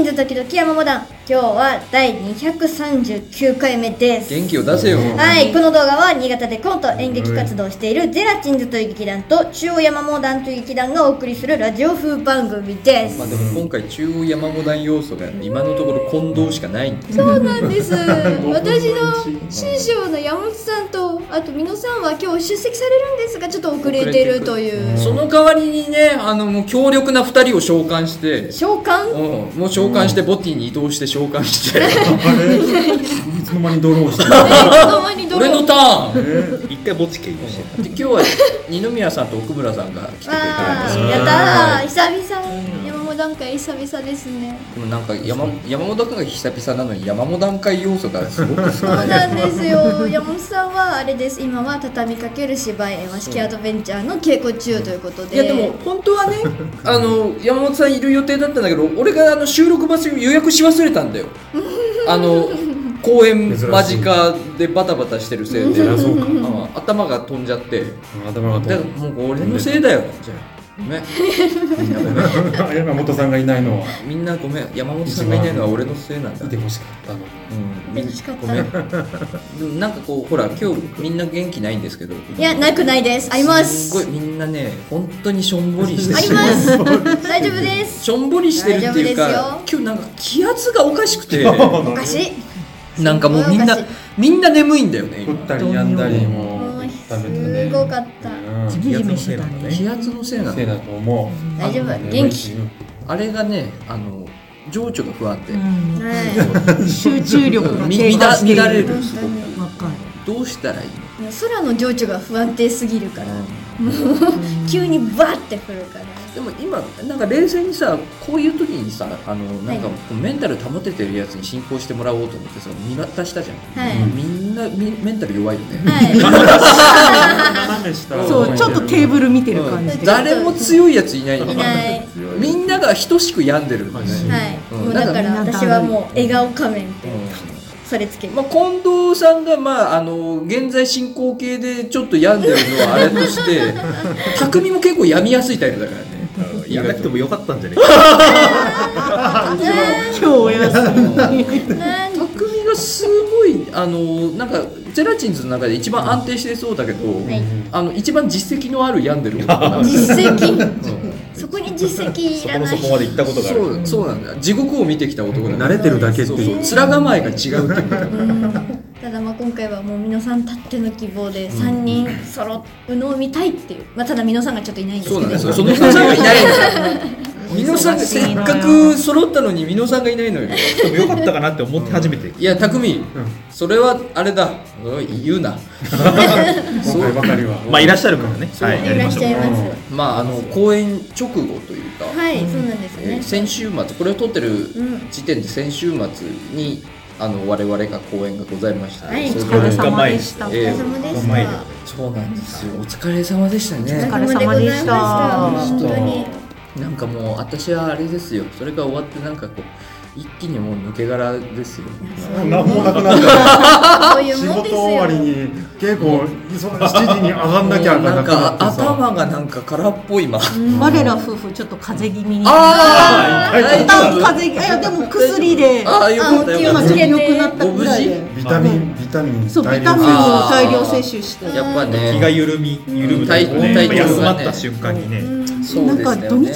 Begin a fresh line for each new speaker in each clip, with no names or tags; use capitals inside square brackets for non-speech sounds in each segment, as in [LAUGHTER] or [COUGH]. ンズ時々山モダン今日は第239回目です
元気を出せよ。
はい、この動画は新潟でコント演劇活動をしているゼラチンズという劇団と中央山モダンという劇団がお送りするラジオ風番組で
まあ
す
でも今回中央山五段要素が今のところ近藤しかないんです。
そうなんです私の師匠の山本さんとあと美濃さんは今日出席されるんですがちょっと遅れてるという
その代わりにね、あの、もう強力な二人を召喚して、
召喚
うん、もう召喚して、ボティに移動して召喚して、
あれいつの間にドローしてる、
子供にど
俺のターン
えー
一回ぼっち経由して
で今日は二宮さんと奥村さんが来てくれたんで
わ
す
あ
け
やったー久々
山本段階久々ですね
どでもなんか山山本君が久々なのに山本段階要素がすごく少
そう
ない
なんですよ山本さんはあれです今は畳みかける芝居和式アドベンチャーの稽古中ということで
いやでも本当は
[LAUGHS]
ねあの山本さんいる予定だったんだけど俺があの収録場所予約し忘れた
[LAUGHS]
んだよあの公演間近でバタバタしてるせいで
珍しい
うん頭が飛んじゃって
頭が
だから
と
もう俺のせいだよじゃあね [LAUGHS] みんなごめん
山本さんがいないのは
みんなごめん山本さんがいないのは俺のせいなんだ
いてほしかったの
うん
に
みん
楽しかった
ごめんでもなんかこうほら今日みんな元気ないんですけど
いやなくないですあります
ごいみんなね本当にしょんぼりして
あります大丈夫です
しょんぼりしてるっていう
大丈
か
夫
今日なんか気圧がおかし
[LAUGHS]
くて
おかしい
なんかもうみん
す
な
ごいおかし
みんな眠いんだよね
降
今
ったりやんだりも
も
う
う
ダメだね
すごかった
うん
ジメジメしてたんだね
気圧のせいな
せい
の
だと思う
大丈夫
あの
元気
あれがねあの情緒が不安定、
はい
集中力が
み
低
乱
下してい
乱れる
本
す
当
ご
に
わかる
くどうしたらいいの
空の情緒が不安定すぎるから急にバーって降るから
でも今なんか冷静にさこういう時にさあのなんか
は
こうメンタル保ててるやつに進行してもらおうと思ってさ味方したじゃん、
はい
みんなみメンタル弱いよね、
そうちょっとテーブル見てる感じで
誰も強いやついないよ
はいいない
みんなが等しく病んでるんだね、
はい、
うん
もうだから
なんか
私はもう笑顔仮面って
うん
それつけ
まあ、近藤さんが、まあ、あの現在進行形でちょっと病んでるのはあれとして [LAUGHS] 匠も結構病みやすいタイプだからね [LAUGHS]
やらなくてもよかったんじゃないか今日お休
なん
み
か
匠がすごいあのなんかゼラチンズの中で一番安定してそうだけど、
い
あの一番実績のある病んでる男なんだよ [LAUGHS]
実績
うん
そこに実績い
そ
ら
こ
な
の
い
そこまで行ったことがあ
そう
る
そうなんだよ地獄を見てきた男だから
慣れてるだけって
そうそ
い
う
う
面構えが違うっていうか
うんただまあ今回はもう皆さんたっての希望で3人揃うのを見たいっていう、まあ、ただ皆さんがちょっといないんです
そう
け
なんで
ど
すよその人さんがいないのよ美濃さんがせっかく揃ったのに美濃さんがいないのよ
でもよかったかなって思って初めて
いや匠、それはあれだおい言うな
[LAUGHS] 今回ばかりは
まあいらっしゃるからねはいや
い
り
ら
ま
っ
し
し
ょ
ゃ
う
います
まああの公演直後というか、
はいそうなんです
えー
ね
先週末これを撮ってる
うん
時点で先週末にあの我々が公演がございました、
はい
それ
お
で
疲れ様でした
え
お疲れ様で
ー
う
し
まい
た
ね
そうなんですよお疲れ様でしたね
お疲れ様でした
本当に
なんかもう私はあれですよそれが終わってなんかこう一気にもう抜け殻ですよ
何もなくなった
そういう
仕
もん
事
です
終わり
よ
に結構その7時に上がんなきゃ上が
なん
なくな
か
ってさ
頭がなんか空っぽい今
我我らら夫婦ちょっと風邪気味に
あー
一旦風邪気いやでも薬で
ああよかったよか
今
っ
ち
た
ょっと良くなったぐらい
ご
で
ビタミンビタミン
そう
大
ビ
量
タミン
生産
を大量摂取して
やっぱね
気が緩み緩むというか
うん
ね
体
やっぱ
体調がね
休まった瞬間にね
そう
なん
で
か
すよ
土日
ね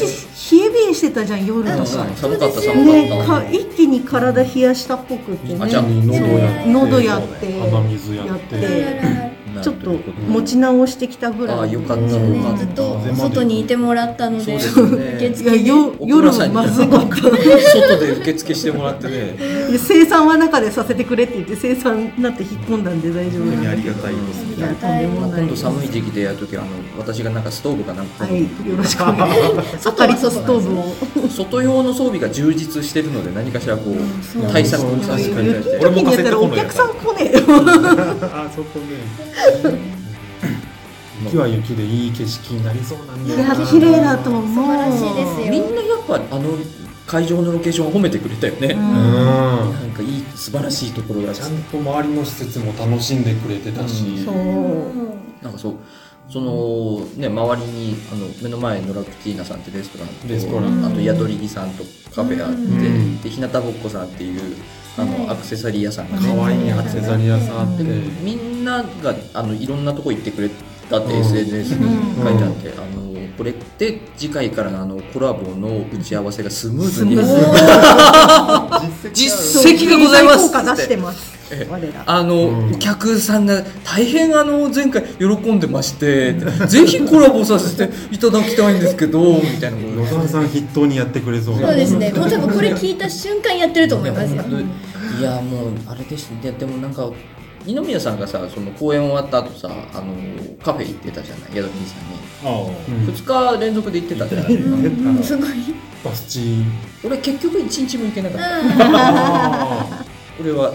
冷え冷えしてたじゃん夜とか
うん寒かった寒
ね
かった
か一気に体冷やしたっぽくって
あじゃあ
ね
喉やって
喉やって
鼻水や
や
っ
っててちょっと持ち直してきたぐらい
ああよかった
そう
よか
ね
っ
ずったと外にいてもらったので
そうですね
受
い
付
や
で
よ夜もまずかった
外で受付してもらってね
いや生産は中でさせてくれって言って生産になって引っ込んだんで大丈夫です
りがたいです
いやとんでもない
今度寒い時期でやるときはあの私がなんかストーブかなんか、
はいよろしくお願いします明かりとストーブを
外用の装備が充実してるので何かしらこう対策をさせていただいて
雪の時にやったらお客さん来ねえよ
あそこね [LAUGHS] 雪は雪でいい景色になりそうなん
い
だよ
や
な
綺麗だと思う
素晴らしいですよ
みんなやっぱあの会場のロケーションを褒めてくれたよね、
うん
なんかいい素晴らしいところだし
ちゃんと周りの施設も楽しんでくれてたし、
そう
なんかそうそのね周りにあの目の前のラクティーナさんってレストランと
レストラン
あと宿りぎさんとカフェあって、
ん
で日向ぼっこさんっていうあの、アクセサリー屋さんが
可愛いア
あ
ク
って
セサリー屋さんあって
でみんながあのいろんなとこ行ってくれたって SNS に書いてあって、あのこれって次回からのあのコラボの打ち合わせがスムーズに [LAUGHS] 実績がございます
効果出してま
え
す。我ら。
あの、
うん
お客さんが大変あの前回喜んでましてぜひコラボさせていただきたいんですけどみたいなこと
野沢さん筆頭にやってくれそうな
そうですねもう多分これ聞いた瞬間やってると思いますよ
いやもうあれでしたねいやでもなんか二宮さんがさその公演終わった後さあのカフェ行ってたじゃない宿木さんに
うん
2日連続で行ってたじゃない
すごい
バスチー
俺結局1日も行けなかった
あ
俺は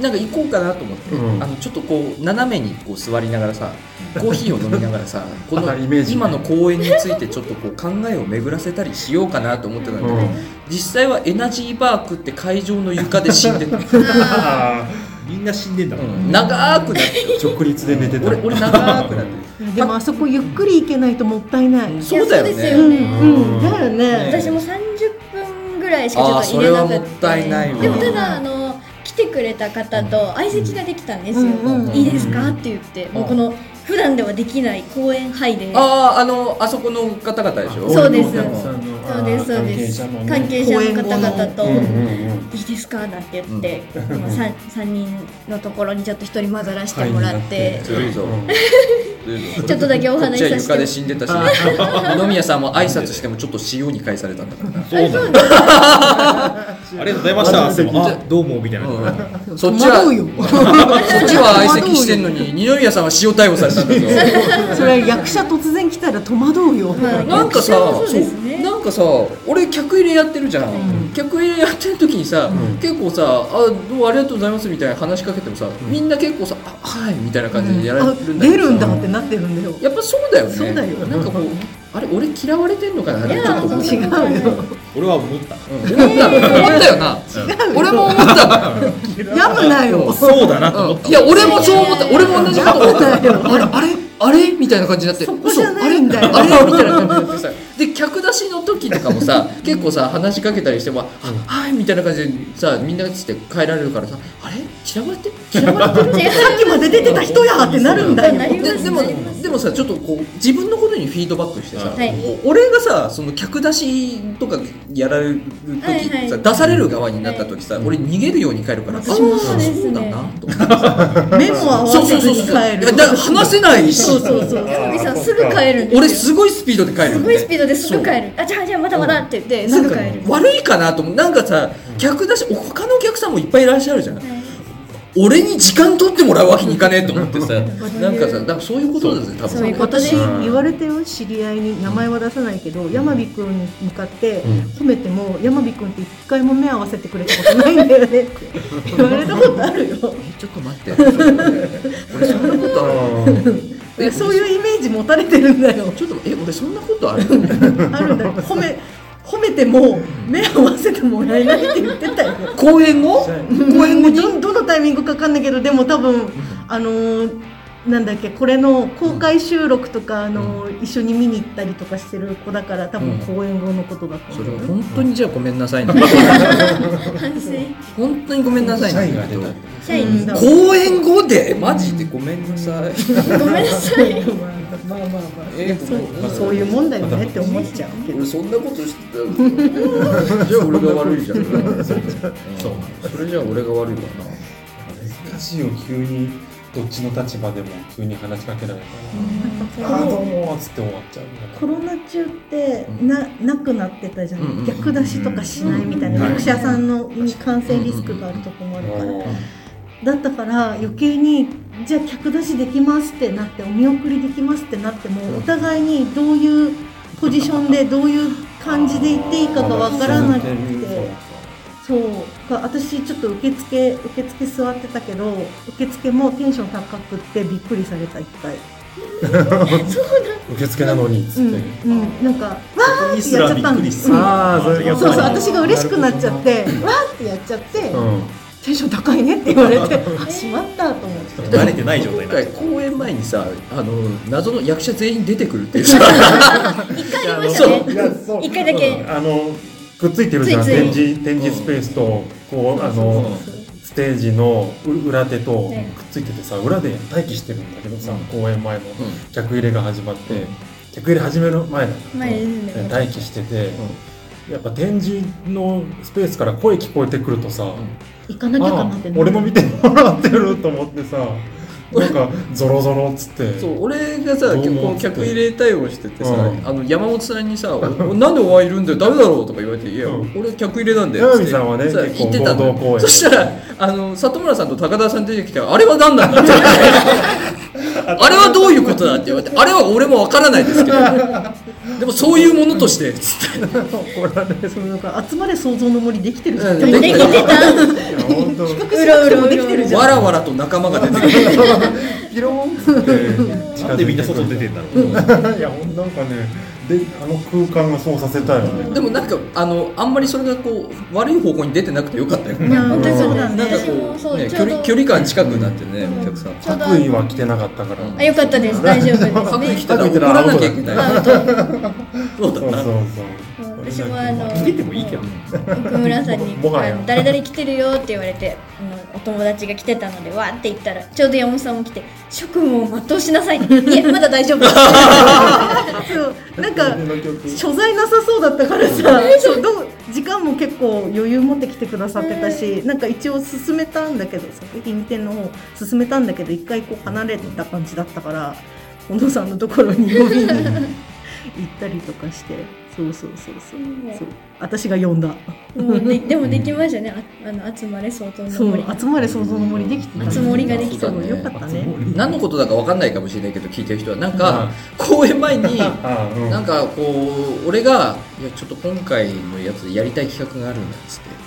なんか行こうかなと思って、
うん
あのちょっとこう斜めにこう座りながらさコーヒーを飲みながら
[LAUGHS]
さこの
あイメージね
今の公演についてちょっとこう考えを巡らせたりしようかなと思ってたんだ
ー
けど、実際はエナジーバー食って会場の床で死
[LAUGHS]
んでた、
あ
みんな死んでんだ
う
もん
ん長くなって
ー直立で寝てた
俺俺長
[LAUGHS]
くなって
でもあそこゆっくり行けないともったいない。
る
う
そうだよ
いやそうです
ね
よ
ん
う
うんん。だよね。
私も30分ぐらいしかちょっと入れなくて
あーそれはもったいないわ
でもただあの来てくれた方と相席ができたんですよ、
うんうん
いいですかって言って、もうこの普段ではできない公園ハイで
あああのあそこの方々でしょ
そうです
俺のお客さんの
そうですそうです
あー
関係者の方々と、
うんうんうん
いいですかなんて言って、まあさん3人のところにちょっと1人混ざらせてもらって [LAUGHS]
ずるいぞずるいぞ
ちょっとだけお話しさせて
こっちは床で死んでたし
[LAUGHS]
二宮さんも挨拶してもちょっと塩に返されたんだからな
そうなんだありがとうございましたあどうもみたいな
うんそ
戸
っちは
惑うよ。
そっちは相席してんのに二宮さんは塩逮捕されたんだぞ
[LAUGHS] それ役者突然来たら戸惑うよ。
なんかさ
そうですね
そうなんかさ俺客入れやってるじゃん、客入れやってる時にさ、結構さ「あどうもありがとうございます」みたいな話しかけてもさ、みんな結構さ「あはい」みたいな感じでやられ
あ
てるんだけどさ
出るんだってなってるんだよ。
やっぱそうだよね
そうだよ
なんかこうあれ俺嫌われてんのかなちょっと思っ
違うよ。
俺は思った
うん思った思ったよな俺も思った
やむなよ。
そうだなと思っ
うんいや俺もそう思った俺も同じこと
[LAUGHS]
思ったあれあれあれみたいな感じになって
そこじゃないんだよ
嘘あれあれみたいな感じになっ
[LAUGHS]
てさで客出しの時とかもさ結構さ話しかけたりしても「あはい」みたいな感じでさみんなして帰られるからさ「あれ嫌われて嫌われてる?」
違う
さっきまで出てた人やってなるん
[LAUGHS]
だ
な
よ。
りますね
ででもでもさちょっとこう自分のことにフィードバックしてさ、
はい
お俺がさその客出しとかやられる時、
はいはい
さ出される側になった時さ、俺逃げるように帰るから、
私もそうですね
そうだなと思って
目も
[LAUGHS]
合
そ
わ
うそ
せ
う
ず
そう
に
そう
帰
い
る
や。だから話せないし
そうそうそう高木さんすぐ帰るんですよ
俺すごいスピードで帰る
す
ん
ご
で
いスピードですぐ帰るあじゃあじゃあまたまたって言ってすぐ帰る
悪いかなと思うなんかさ客出し他のお客さんもいっぱいいらっしゃるじゃん、俺に時間取ってもらうわけにいかねえと思ってさなんかさだからそういうことだぜ多分
そういうこと
私
うん
言われたよ知り合いに名前は出さないけど、山火くんに向かって
ん
褒めても、山火くんって一回も目合わせてくれたことないんだよねって言われたことあるよ
ちょっと待って。俺そんなことある。
いやそういうイメージ持たれてるんだよ
ちょっとえ俺そんなことある。
あるんだよ褒め褒めても目合わせてもらえないって言ってたよ
公演後？
公演もどどのタイミングかわかんないけどでも多分あのーなんだっけこれの公開収録とか、あのー一緒に見に行ったりとかしてる子だから多分公演後のことだと
そ
思う、
れは本当にじゃあごめんなさ
[LAUGHS]
いね。
反省
本当にごめんなさい
社員
ね
が。出た
社員
うんだから
公演後でマジでごめんな
[LAUGHS]
さい。
ごめんなさい
まあまあまあ
え
そうそういうもんだよねって思っちゃうけど
俺そんなことしてた
[LAUGHS]
の。じゃあ俺が悪いじゃん。そう。それじゃあ俺が悪いわ
難しいよ急にどっちの立場でも急に話しかけられたら「あ
う
ー
ん
どうも」っつって終わっちゃう
コロナ中ってななくなってたじゃ
うんうんうん
ん逆出しとかしないみたい
うん
な
うん
役者さんのに感染リスクがあるとこもあるか
うん
らだったから余計にじゃあ客出しできますってなってお見送りできますってなってもお互いにどういうポジションでどういう感じで行っていいかがわからなくてそうか私ちょっと受付受付座ってたけど受付もテンション高くってびっくりされた一回。
受付なのにっつ
う
っ
ん
て、
うん、なんかわーってやっちゃったんです
ああそれ
そうそう
やっぱり
私が嬉しくなっちゃってわーってやっちゃって、
うん
テンション高いねって言われて [LAUGHS] あしまったと思って
慣れてない状態
今
なん
回
です
公演前にさあの謎の役者全員出てくるっていう
一回ありましたね
いやそう
一回だけ
あのくっついてるじゃん
ついつい
展示展示スペースとこうあのステージのう裏手とくっついててさ裏で待機してるんだけどさ公演前の客入れが始まって客入れ始める前だ
前ですね
待機しててやっぱ展示のスペースから声聞こえてくるとさ
行かなきゃかなって
あ俺も見てもらってると思ってさなんかゾロゾロっつって
[LAUGHS] そう俺がさ
どう
結
も
構客入れ対応しててさ、
うん
あの山本さんにさ「おなんでお前いるんだよダメだろ」うとか言われて「いや、
うん
俺客入れなんだよ」つ
山
っ
口
て
さんはね
さ
結
言
構
ってた
合
の
同公演
そしたらあの里村さんと高田さん出てきて「あれは何なんだ?」って言われてあれはどういうことだ?」って言われて「あれは俺もわからないですけどでもそういうものとして」つって
そうなんか集まれ想像の森できてるじゃん、
うん
でも
で
できてた
いや本当
うろうろもできてるじゃん
わらわらと仲間が出てくる
ピローンっつって
なんでみんな外出てんだろう、
いやほんなんかねであの空間がそうさせたよね
でもなんかあのあんまりそれがこう悪い方向に出てなくてよかったよ
いや本当にそうだ
なんか
ね
こ
そう
う、ね、
ち
距
ょうど
離距離感近くなってね、お客さん。
ちょうど
白衣は着てなかったから、
あよかったです大丈夫です
白
ね
衣着たら怒らなきゃいけない。
アウト
そうだ
そうそう
な。
そう
私もあの
出てもいいけどね
奥村さんに
ももはや
あの誰々来てるよって言われてあのお友達が来てたのでわーって言ったらちょうど山本さんも来て職務を全うしなさいっていえまだ大丈夫
そうなんか所在なさそうだったからさ、そうどう時間も結構余裕持ってきてくださってたし、なんか一応進めたんだけど作品展の方進めたんだけど一回こう離れた感じだったから小野さんのところに呼びに行ったりとかしてそうそうそうそうそう私が呼んだ
もうででもできましたねああの集まれ相当の
そ
残り
う集まれ想像の森できてた
集まりができた
そうよかったね
何のことだかわかんないかもしれないけど聞いてる人はなんか公演前に
ああうん
なんかこう俺がいやちょっと今回のやつやりたい企画があるんだっつって。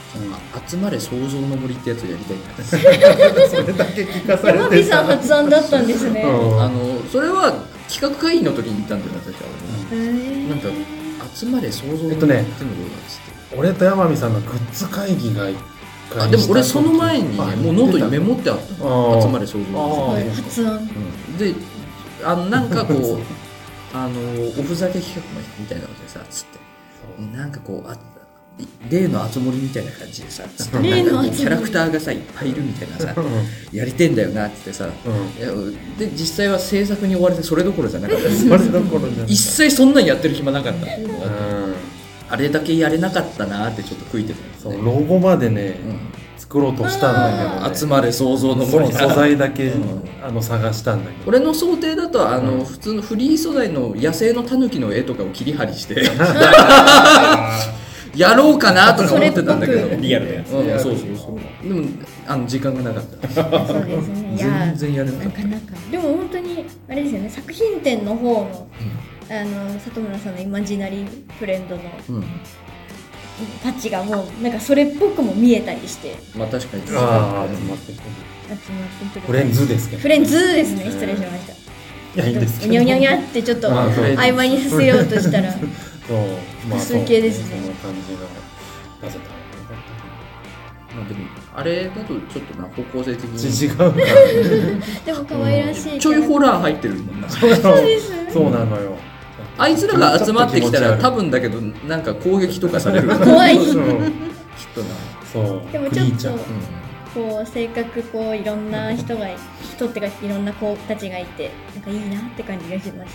あ集まれ創造の森ってやつをやりたいんだっつって
それだけ聞かさ
山
れ
火
て
さん発案だったんですね、
うん
あのそれは企画会議の時に行ったんだよ私は俺なんか集まれ創造の森ってのがあるんだっつって
俺と山美さんのグッズ会議が一回
あでも俺その前に
あ
ねもうノートにメモってあった
あー
の集まれ想像
あ
はい発案
であのなんかこう [LAUGHS] あのおふざけ企画みたいなことでさつってなんかこうあ例のあつ森みたいな感じでさつって
例の
なんかこう
あつ森
キャラクターがさいっぱいいるみたいな
[LAUGHS]
さ
うんうん
やりてんだよなっつってさいやで実際は制作に追われてそれどころじゃなかった
[LAUGHS] あれどころじゃない
一切そんなんやってる暇なかった
うん
あれだけやれなかったなってちょっと悔いてたんです
そ
ね
うロゴまでね
うん
作ろうとしたんだけどね
集まれ想像の
そう
森
素材だけ
うん
あの探したんだけど
俺の想定だとあの、
うん
普通のフリー素材の野生のタヌキの絵とかを切り張りして [LAUGHS] やろうかなとか思ってたんだけどうん
リアルなやつ
そうそうそうでもあの時間がなかった
そうですねいや
全然やれなか
な
った
かなかでも本当にあれですよね作品展の方の、あの里村さんのイマジナリーフレンドの
うん
たちがもうなんかそれっぽくも見えたりして
まあ確かに
ああ集まってくる
集まってくれて
フレンズですけど
フレンズですね失礼しました
いやいいんですけど
にゃにゃにゃってちょっと
あそう
曖昧にさせようとしたら
そうまあそう
複数形ですね
その感じが出せたらよかったけど
まあでもあれだとちょっとな方向性的
ち
に
違うから
でも可愛らしいキャラ
ちょいホラー入ってるもんな
そうそうなのよ
あいつらが集まってきたら多分
分
だけどなんか攻撃とかされ [LAUGHS] るきっ
怖い
とな
そう
でも
ク
ち
リ
ょっ
ーチ
と
ャー
こう性格こういろんな人が人ってかいろんな子たちがいてなんかいいなって感じがしまし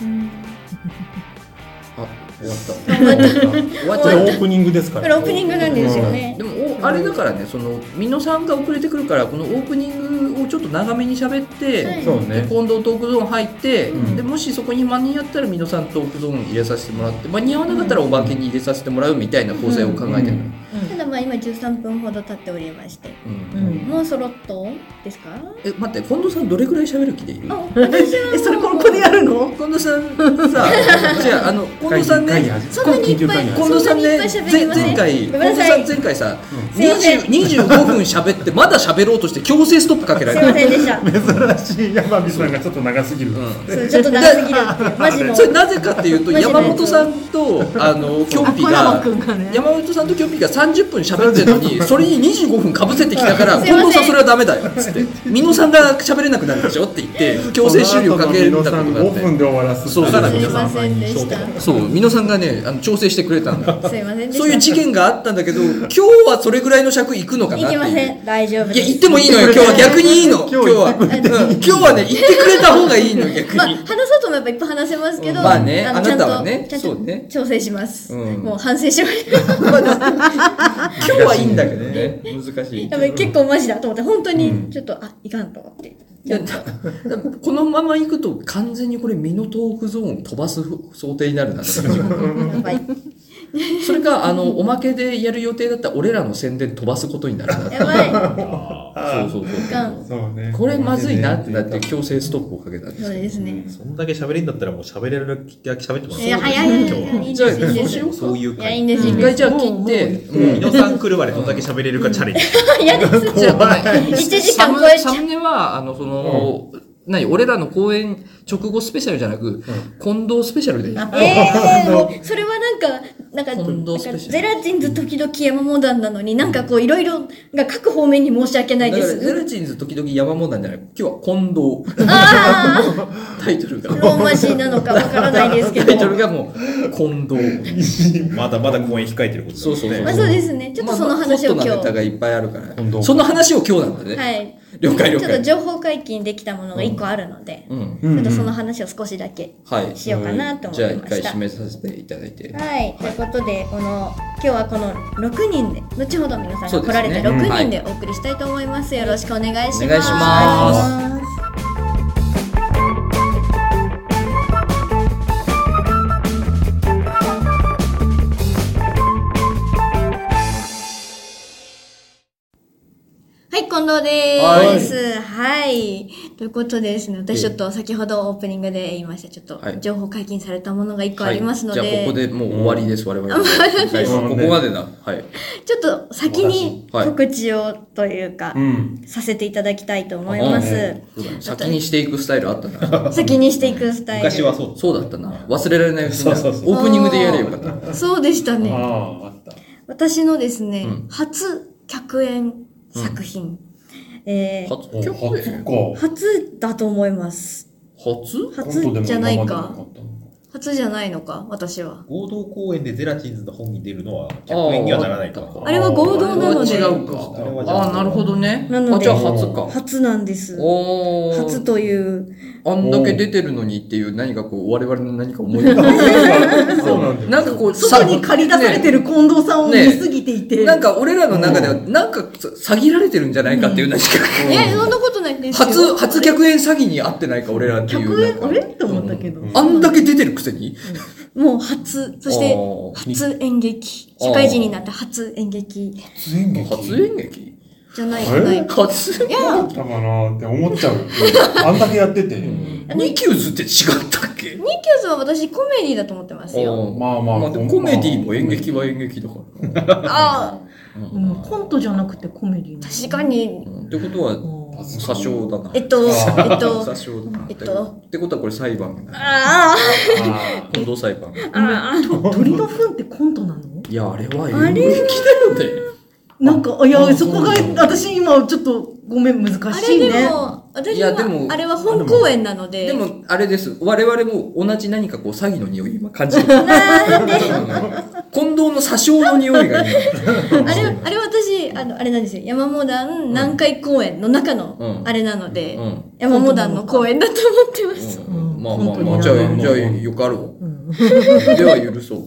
た
あ終わった終わっ
こ
ちゃ
れオ
った
ープニングですか
これ
ら
オープニングなんですよね
でもおあれだからねその美濃さんが遅れてくるからこのオープニングをちょっと長めに喋って、
はい
そうね
で今度トークゾーン入って、
うん
でもしそこに間に合ったら美濃さんトークゾーン入れさせてもらって間に合わなかったらおまけに入れさせてもらうみたいな構成を考えてる、
うん
ただまあ今13分ほど経っておりまして
うん
うん
もうそろっとですか
[LAUGHS] え待って近藤さんどれくらい喋る気でいる
あ私はもう
えそれここでやるの
近藤さんさ
[LAUGHS]
じゃああの近藤さんね
会議会議始め
そんなにいっぱい
緊急会議
近藤さんね
そんなにいっぱい喋り
ぜ
ません
前回
ご
近
めんな
藤さ
さい
ん前回さ、
すいません
20 25分喋ってまだ喋ろうとして強制ストップかけら
す
れ
いま
る
せんでした
珍しい山火さんがちょっと長すぎる、
そうちょっと長すぎ
[LAUGHS]
るっていうマジの
それなぜかって [LAUGHS] いう
マ
と
ジで
山本さん [LAUGHS] とあのキョンピ
あ
が
小山君がね
山本さんとキョンピが30分喋ってるの [LAUGHS] にそれに25分かぶせてきた [LAUGHS] から近藤さんそれはダメだよっつって [LAUGHS] 美濃さんが喋れなくなるでしょって言 [LAUGHS] って強制終了かけたことがあ
5分
っ
で終わらす
そうだから
すいませんでした
てそう美濃さんがねあの調整してくれたん [LAUGHS] だ
すいませんでした
そういう事件があったんだけど今日はそれぐらいの尺いくのかなっ
行
て
きませ
いうん
大丈夫
い
で
や、
す
行ってもいいの [LAUGHS] よ、今日は。逆にいいの、今日は。うん [LAUGHS] 今日はね、行ってくれた方がいいの、逆
まあ、
に。
話そうともやっぱいっぱい話せますけど、
まあね
の
あなたはね
ちゃんと
そうね
調整します、
うん
もう反省しました
まあね今日はいいんだけどね、難しい。 [LAUGHS]
やっぱり結構マジだと思って本当にちょっと、あいかんと思って
いやだだこのまま行くと完全にこれミノトークゾーン飛ばす想定になるなって
やばい
それかあのおまけでやる予定だった俺らの宣伝飛ばすことになるな
やばい
そうそう
いか
そ
そうね
うこれまずいなってなって強制ストップをかけたんです
そうですね
そんだけ喋れんだったらもう喋れるだけ喋ってもら
いや早い早い
今日
早
はい
いい
じゃあ
ですいいです
そうしようか
そうい
いや
う
い
回
いんですいいん
一
で
回
す
じゃあ切って
井野さん来るまでどんだけ喋れるかチャレンジ
嫌です
じ [LAUGHS] ゃあ
1時
サ
間
ム
超えち
サ
ゃ
ムネはあのその、何俺らの公演直後スペシャルじゃなく、近藤スペシャルでいい
ええー、もうそれはなんか、なんか、
近
なん
藤ス
か
ペシャル
ゼラチンズ時々山モダンなのに、なんかこういろいろが各方面に申し訳ない
だ
で
から
す。
ゼラチンズ時々山本なんじゃない今日は
[LAUGHS]
近藤
あ
タイトル
あ、
が
ローマ字なのかわからないですけ
タイト [LAUGHS]
ど。
ルがもう近藤
まだまだ公演控えてることだ
そうそうそう
まあそうですね。ちょっとその話を今
まあ
日。
まあホットなネタがいっぱいあるか
近
ら
藤
その話を今日なんだね、
はい。
了解了解
ちょっと情報解禁できたものが一個あるので、
うん
ちょっとその話を少しだけ
はい
しようかなと思
じゃあ
い
一
まし
回
た。
締めさせていただいて
はい、ということで、この今日はこの6人で、後ほど皆さんが来られ
そうで
た
すね
6人
う
でお送りしたいと思います。よろしくお願いします。。
お願いします
はい、近藤です。はい。ということでですね、私ちょっと先ほどオープニングで言いました、ちょっと
はい
情報解禁されたものが一個あ
はい
りますので、
じゃあここでもう終わりです、
[LAUGHS]
我々の最初はここまでだはい
ちょっと先に
はい
告知をというか、
うん
させていただきたいと思います。
うん先にしていくスタイルあった
[LAUGHS]
な
先にしていくスタイル。
昔はそう
そうだったな忘れられないうちにな
そうそうそ
オープニングでやればよかった
そうでした
あ
ね。
ああった
私のですね、
うん
初客演作品。
えー
初
お初か
初だと思います。
初
初じゃないか。
コントでも
初じゃないのか、私は。
合同公演でゼラチンズの本に出るのは客演にはならないか
あ
あれは合同なの
あ
で
れ。は違うか
あれはじゃ
あ
あ
あなるほどね
なの
あ
で
じゃあ初か
初なんです。
おー
初という。
あんだけ出てるのにっていう何かこう我々の何か思いが
そうなんだよ
なんかこうさ
外に借り出されてる近藤さんを見すぎていて、
ねなんか俺らの中ではなんか詐欺られてるんじゃないかっていう何か
え、そんなことないですよ。
初初客演詐欺にあってないか俺らっていう
客
なん
演
か
あれって思ったけど、
あんだけ出てるくせに
もう初、そして
あー
初演劇。
あー
社会人になって初演劇
初演劇
初演劇
じゃない
あれ
ない。
初
だったかなって思っちゃう。あんだけやってて。
ニキューズって違ったっけ
ニキューズは私コメディだと思ってますよ。
あー
まあまあ
でもコメディも演劇は演劇だからね。
あ
うんコントじゃなくてコメディ
あ、確かに。
うんってことは、詐称だな。
えっと、えっと、
詐称だな。
えっと
ってことはこれ裁判になる
ああ、
近藤裁判。
と鳥の糞ってコントなの
いや、あれは演劇だよね。
なんかあい
あ
やそこが
そうなんだ
私今ちょっとごめん難
あ
しい
れで
ね
も、
い
私
やでも
は、あれは本公演なので、
[LAUGHS] でも、あれです。我々も同じ何かこう、詐欺の匂い今感じてる。近藤の詐称の匂いが今。
あれ、あれ私、あの、あれなんですよ。山モダン南海公演の中
う
の、
ん
あれなので、
うん
山モダンの公演だと思ってます。
うんまあ
本
まあ
当に
まあ、
な
じゃあ、じゃあ、よかろ
うん
う。では許そう。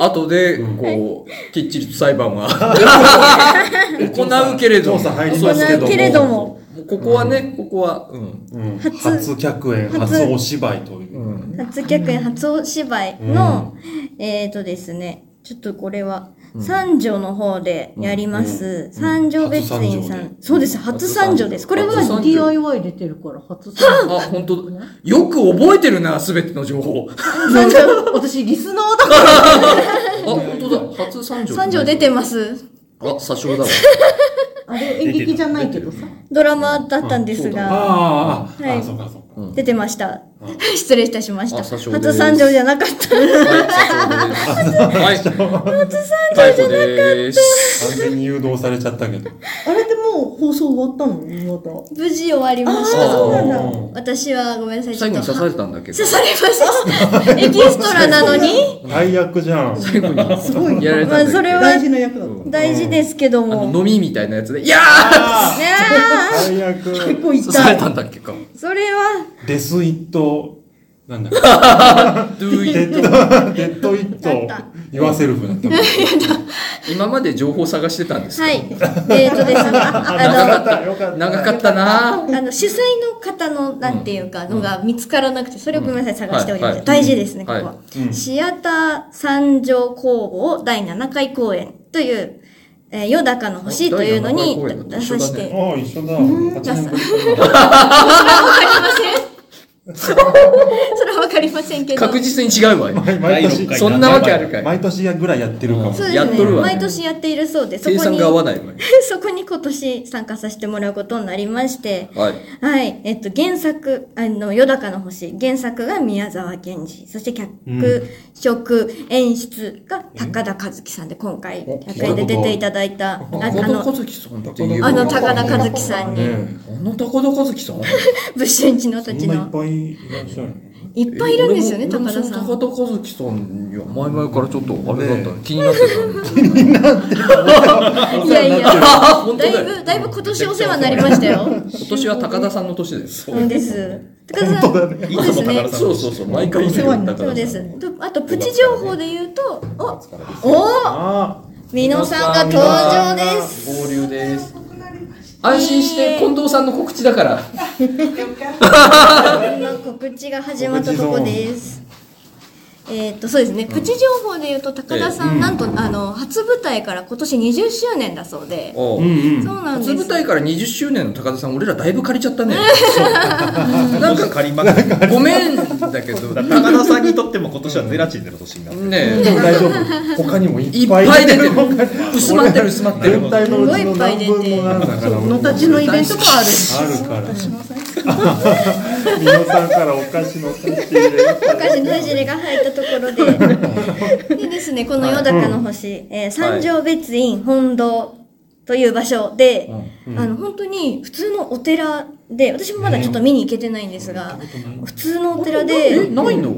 あとで、こう、きっちりと裁判は [LAUGHS] 行うけれども
調査入り
そ
ま
ん
す
なけれど。も、
もうここはね、ここは、うん。
うん初客演、
初
初お芝居という。
初客演、初お芝居の、えっ、ー、とですね、ちょっとこれは、三条の方でやります、三条別院さ
初三条
ん。そうです、初三条です。これは、
初三条
DIY 出てるから初参加
あ、本当だよく覚えてるな、すべての情報。あ、
なんか私リスナーだから
本当だ。初三条。
三条出てます。
あ、詐称だ
[LAUGHS]
わ。
あれ演劇じゃないけどさ
ドラマだったんですが、
あーあー、
はい
あーそうかそうか。
出てました。失礼いたしました。
あ詐称です
初参上じゃなかった。
[LAUGHS] はい、詐称です。はい、逮捕です。
完全に誘導されちゃったけど。
あれでもう放送終わったのまた
無事終わりまし
あー
た。
そうなんだ
おー
私はごめんなさい。
最後に
ちょ
刺
っと
されたんだけど
刺。されました。エキストラなのに。
大悪じゃん。
最後に
すごい
やられ
ま
たんだけ
あ
ど。
それは
大事な役だった
大事ですけど
あ
も。
の飲みみたいなやつで、いや
あ
ね
ー最悪。
結構
ー刺さ
痛
れ
い
たんだっけか。
えそれは、
デスイット、なんだっけ。
Do it
デッド、デッドイット
だった、
言わせるふだった。
今まで情報探してたんですか
はい。えっとですね、あ
よかった、よかった。
長かったな
の、あの主催の方の、なんていうか、のが見つからなくて、それをごめんなさい、探しておりま
はいは
す。
い
大事ですね、ここ
は
は。シアター三条工房第7回公演という、えー、夜高の星というのに
第七回公演だ
出させて、
おー一緒だ。8年ぶりかな
[LAUGHS] それはわかりませんけど。
確実に違うわよ。
毎年、
そんなわけあるかい。
毎年ぐらいやってるかも。
そうで
や
す
っ
ね
とるわね
毎年やっているそうで、そ
計
こ
算
に
が合、わないわよ。
[LAUGHS] そこに今年参加させてもらうことになりまして、
はい。
はい。えっと、原作、あの、夜高の星。原作が宮沢賢治。そして脚色、演出が高田和樹さんで、今回、100円で出ていただいた、ああの、
樹さんって
あの高
高
田和樹さんに、
あの高田和樹さん
物心地の土
そ
地
んないっ
の、
ぱいいらっしゃるの
いっぱいいるんですよね、
え
高
俺も
田さ
俺
ん。
もその高田和樹さんには前々からちょっとあれだったの気になってた
いやい
[LAUGHS]
や、
あ本当
だい
だよ
ぶ、だいぶ今年お世話になりましたよ。
今年は高田さんの年です
うんです。高田さん、
いつも高田さん
そうそうそう毎回
お世話にな
高
っ
田
そ
さ
うんです。とあと、プチ情報で言うと、お、お
あ
みのさんが登場です。
合流です安心して近藤さんの告知だから
の告知が始まったとこです。えーっとそうですね、プチ情報で言うと高田さん、なんと、あの初舞台から今年20周年だそうで、
おう
あ。うんうん。
そうなんです
初舞台から20周年の高田さん俺らだいぶ借りちゃったね
なんか借りまくって
ごめんだけどね
高田さんにとっても今年はゼラチンゼロ年になる
で
え
も大丈夫。他にもい
い
っ
っ
ぱ
ぱ
い
い出てる薄まってる薄まってる
全体のうちの何分もなんだから。
野たちのイベントもあるし
あるから。 [LAUGHS] みのさんからお菓子の差し入れ。
お菓子の差し入れが入ったところででですねこの「夜高の星」えー三条別院本堂という場所で、あの本当に普通のお寺で私もまだちょっと見に行けてないんですが、普通のお寺
え
で
ないの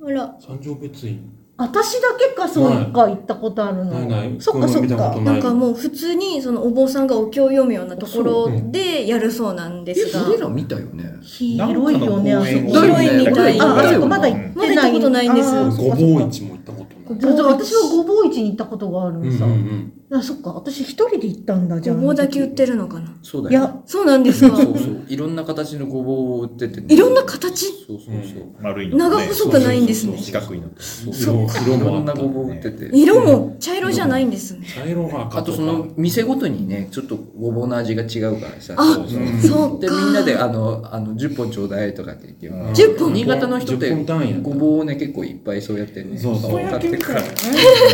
ほら
三条別院。
私だけかそうか行ったことあるの
ないない。
そっかそっ
こういうの見た
か
こと
ないんかもう普通にそのお坊さんがお経を読むようなところでやるそうなんで
え
すが、
俺ら見たよね
広いよねあそこ
広
いみたい
ああそこまだ
行
行って
ま
な
だ行った
い
ことないんです
あーそっ
ご
かそっ
ぼ
か
う市も行ったことない。
そうそう私はごぼう市に行ったことがある
うんんう
さ、
ん
あそっか私一人で行ったんだじゃ
ご
あ
ぼうだけ売ってるのかな
そう
い
だよ
や
そうなんですか
そうそういろんな形のごぼうを売っててね
いろんな形
そうそうそう
丸いの
長細くないんですね
四角いのと
そう
うん。色
い
色も
ろ
あ
んな
った
ご。ぼう売ってて
色も茶色じゃないんですね
茶色が赤
あとその店ごとにねちょっとごぼうの味が違うからさ
あ
そうそう
そう
で
か
みんなであのあの10本ちょうだいとかって言ってよ
10本
新潟の人って
10本単位やった
ごぼうをね結構いっぱいそうやってね
そうそう
買ってくから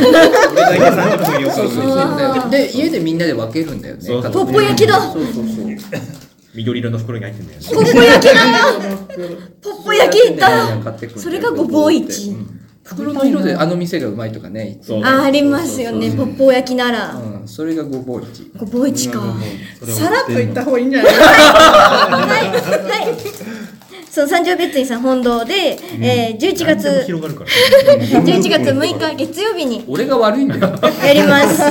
俺だけ三角よ
そうそう
く
そうで家でみんなで分けるんだよね
そうそう
片
ポ
手で
ッポ焼きだ
そうそうそう
緑色の袋に入ってんだよね
ポッポ焼きだポッポ焼きだ
買ってくんだよ
それがごぼう市
ん袋の色であの店がうまいとかね
そう
あありますよねポッポ焼きなら
うんそれがごぼう市
ごぼう市かは
さらっと行った
方
方がいいんじゃない
いはい [LAUGHS] そう三条別院さん本堂で、えー、11
何でも
月
広がるから
[LAUGHS] 11月6日月曜日に
俺が悪いん
[LAUGHS]
だよ
やります。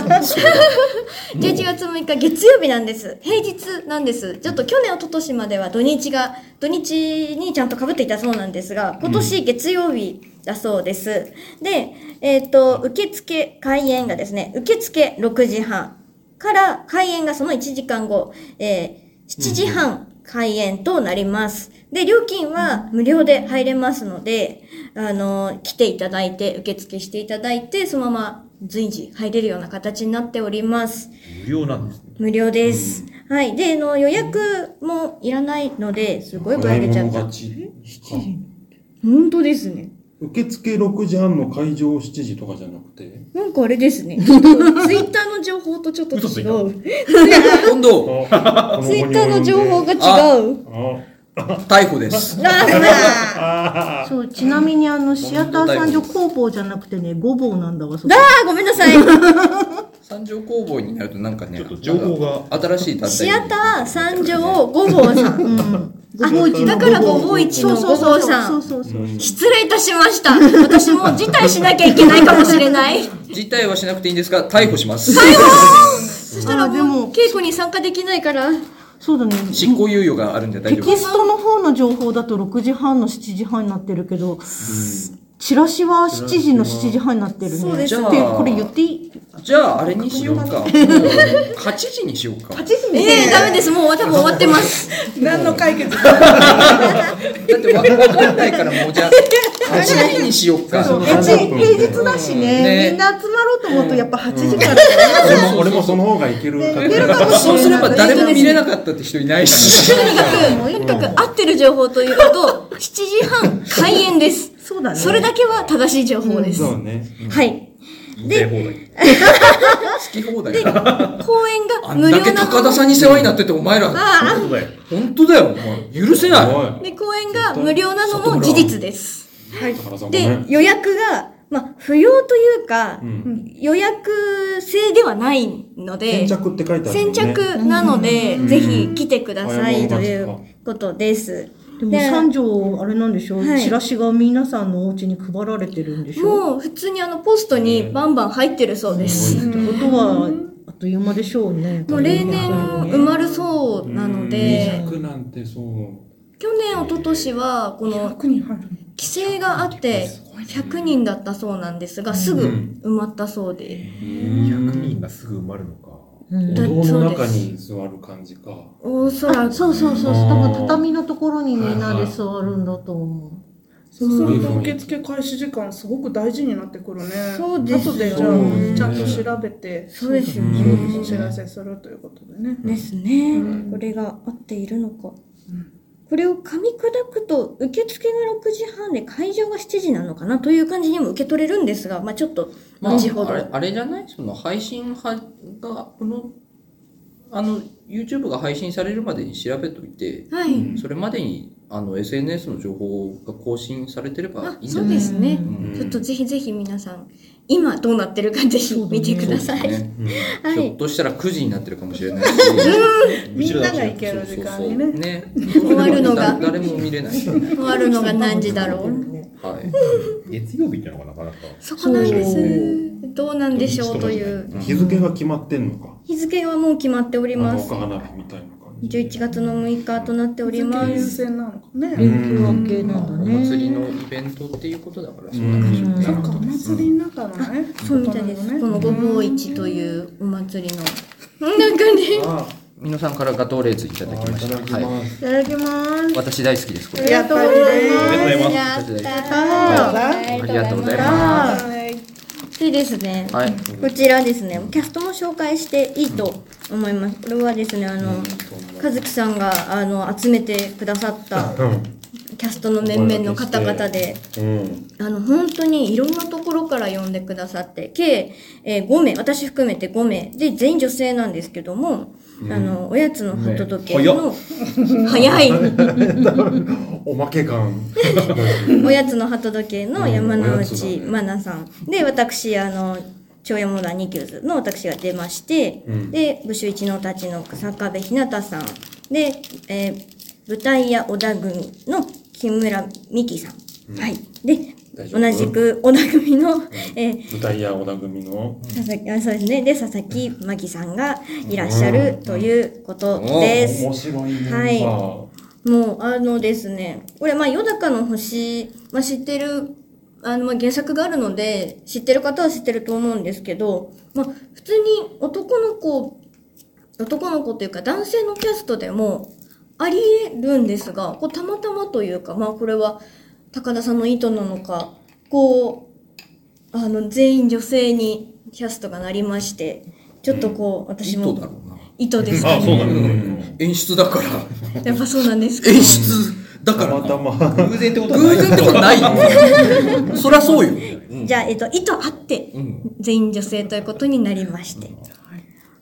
11月6日 [LAUGHS] 月曜日なんです。平日なんです。ちょっと去年、一昨年までは土日が、土日にちゃんと被っていたそうなんですが、今年月曜日だそうです。で、えっ、と、受付開演がですね、受付6時半から開演がその1時間後、えー7時半開演となります。で、料金は無料で入れますので、あの、来ていただいて、受付していただいて、そのまま随時入れるような形になっております。
無料なんですね
無料です。はい。で、あの、予約もいらないので、すごい
よ
ぶら
買い
げちゃ
物
った
勝。ち。
本当ですね。
受付6時半の会場7時とかじゃなくて
なんかあれです [LAUGHS] ね。ちょっとツイッターの情報とちょっと違う。ツ
嘘
イ
ついた
今度、
あ
ッターの情報が違う。
あ
逮捕です。
なんだ
[LAUGHS] そうちなみにあのシアター三条工房じゃなくてねごぼうなんだわそこ
だーごめんなさい。
三条工房になるとなんかね、
ちょっと情報が
なんか新しい団体
シアター三条五号さん。
うん
あだから五号一の五号さ。
そうんそうそう
失礼いたしました。私もう辞退しなきゃいけないかもしれない。
自体はしなくていいんですが、逮捕します。
そしたら
あーで
もう
も
稽古に参加できないから。
そうだね
執行猶予があるんで大
テ
丈夫
キ
です。
ストの方の情報だと6時半の7時半になってるけど、チラシは7時の7時半になってるね。
そうです
ね
ってこれ言っていい
じゃあ、あれにしようか。もう8時にしようか。
時
ええダメです。もう多分終わってます。
何の解決
だってわかんないからもうじゃあ、8時にしようか。
平日だしね
ね
みんな集まろうと思うとやっぱ8時から
俺も俺もその方がいけるか
いけるかもし
そうすれば誰も見れ
い。
なかったって人いないし。
とにかく合ってる情報というと、7時半開演です。
そうだね。
それだけは正しい情報です。
そうね
はい。
で、放題。
好き放題だ。
公演が
あ
無
ん
料
だけ
な
高
の
田さんに世話になってて、お前ら、
あ
そうだよ。
本当だよ、お前許せ
す
ない。
ごい
で公演が無料なのも事実です。はい。
高田さんごめ
で
ん
予約がまあ不要というか、
ん
予約制ではないので
先着って書いてあるも
先
んね
着なので、ぜひ来てくださ
う
い
ん
ということです。
でも
で
三条あれなんでしょう、
はい
チラシが皆さんのお家に配られてるんでしょう
もう普通にあのポストにバンバン入ってるそうです。
ってことはあっという間でしょうね。
もう例年埋まるそうなので、
200なんてそう
去年一昨年はこの
国入る
規制があって100人だったそうなんですが、すぐ埋まったそうで。
100人がすぐ埋まるのか。
うん
お
だ
堂
そう
の
です
中に座る感じか
おそら
あ
く。
そうそうそう、
あー
多分畳のところにみんなで座るんだと思う。
そうすると受付開始時間すごく大事になってくるね。
そうですよ
後でじゃ
う
あ
ん
ちゃんと調べて
そうですよ
お知ら
ね。
せするということでね。
ですね。これが合っているのか。これを噛み砕くと、受付が6時半で会場が7時なのかなという感じにも受け取れるんですが、まあちょっと、
まあ、
後ほど。
あれあれじゃないその配信はが、この、あの、YouTube が配信されるまでに調べといて、
はい。
それまでに、あの、SNS の情報が更新されてれば
あ
いいんじ
そ
ゃ
う
ない
ですね。
ん
ちょっとぜひぜひ皆さん、今どうなってるかぜひ見てください。
ね
はい
ひょっとしたら9時になってるかもしれない
[LAUGHS]
し、
みんなが行ける時間にね。
ね、
終わるのが
だ誰も見れない。
終わるのが何時だろう。
はい。
月曜日ってのがなかなか。
そこなんです
そう。
どうなんでしょうという。
日付が決まってんのか
日付はもう決まっており
長
ます
岡。花火みたいな感じ
11月の6日となっておりま
優
す。
先なのかね。
連休明けなんだ
お
ね。
祭りのイベントっていうことだから、そ
うん
んな感じ
うん
そっか、お祭りの中のね。
そうみたいです。この五
分
宝市というお祭りの。なんかね、
あ
皆さんからガトーレーズいた
あ
だ
い
きましたた。
だきます
いただきます。
私大好きです、これ。
やっぱり
ありがとうございます。
やった
あ
ー
りがとうございま
あ
でですね
す。、はい。
こちらですね、キャストも紹介していいと思います。これはですね、あの、和樹さんがあの集めてくださったキャストの面々の方々で、
うんうん
あの、本当にいろんなところから呼んでくださって、計、え5名、私含めて5名、で、全員女性なんですけども、あの、おやつの鳩時計の、早い、
[LAUGHS] おまけ感
おやつの鳩時計の山
うんお
之
やつだ
内
ね
真奈さん。で、私、あの、長山田二級図の私が出まして、
うん
で、武州一のたちの坂部ひなたさん。で、えー舞台屋小田組の木村美希さん。はい。で、
大丈夫
同じく小田組の、えー
[LAUGHS] 舞台や小田組の
佐々木あそうですね。で、佐々木真希さんがいらっしゃるということです。
面白いメンバ
はい
ー
もう、あのですね、これ、まあ、夜中の星、まあ、知ってる、あの、まあ、原作があるので、知ってる方は知ってると思うんですけど、まあ、普通に男の子、男の子というか男性のキャストでもあり得るんですが、こう、たまたまというか、まあ、これは、高田さんの意図なのか、こう、あの、全員女性にキャストがなりまして、ちょっとこう、私
どうだ
も、
ろうな。
意図です
あ、
か
そう
ね。
なの
演出だから。
やっぱそうなんですか
演出だから
たまたま。
偶然ってことはな
偶
い
然ってことない
[LAUGHS]
よそりゃそうよ
じゃあ、えっと、意図あって、全員女性ということになりまして。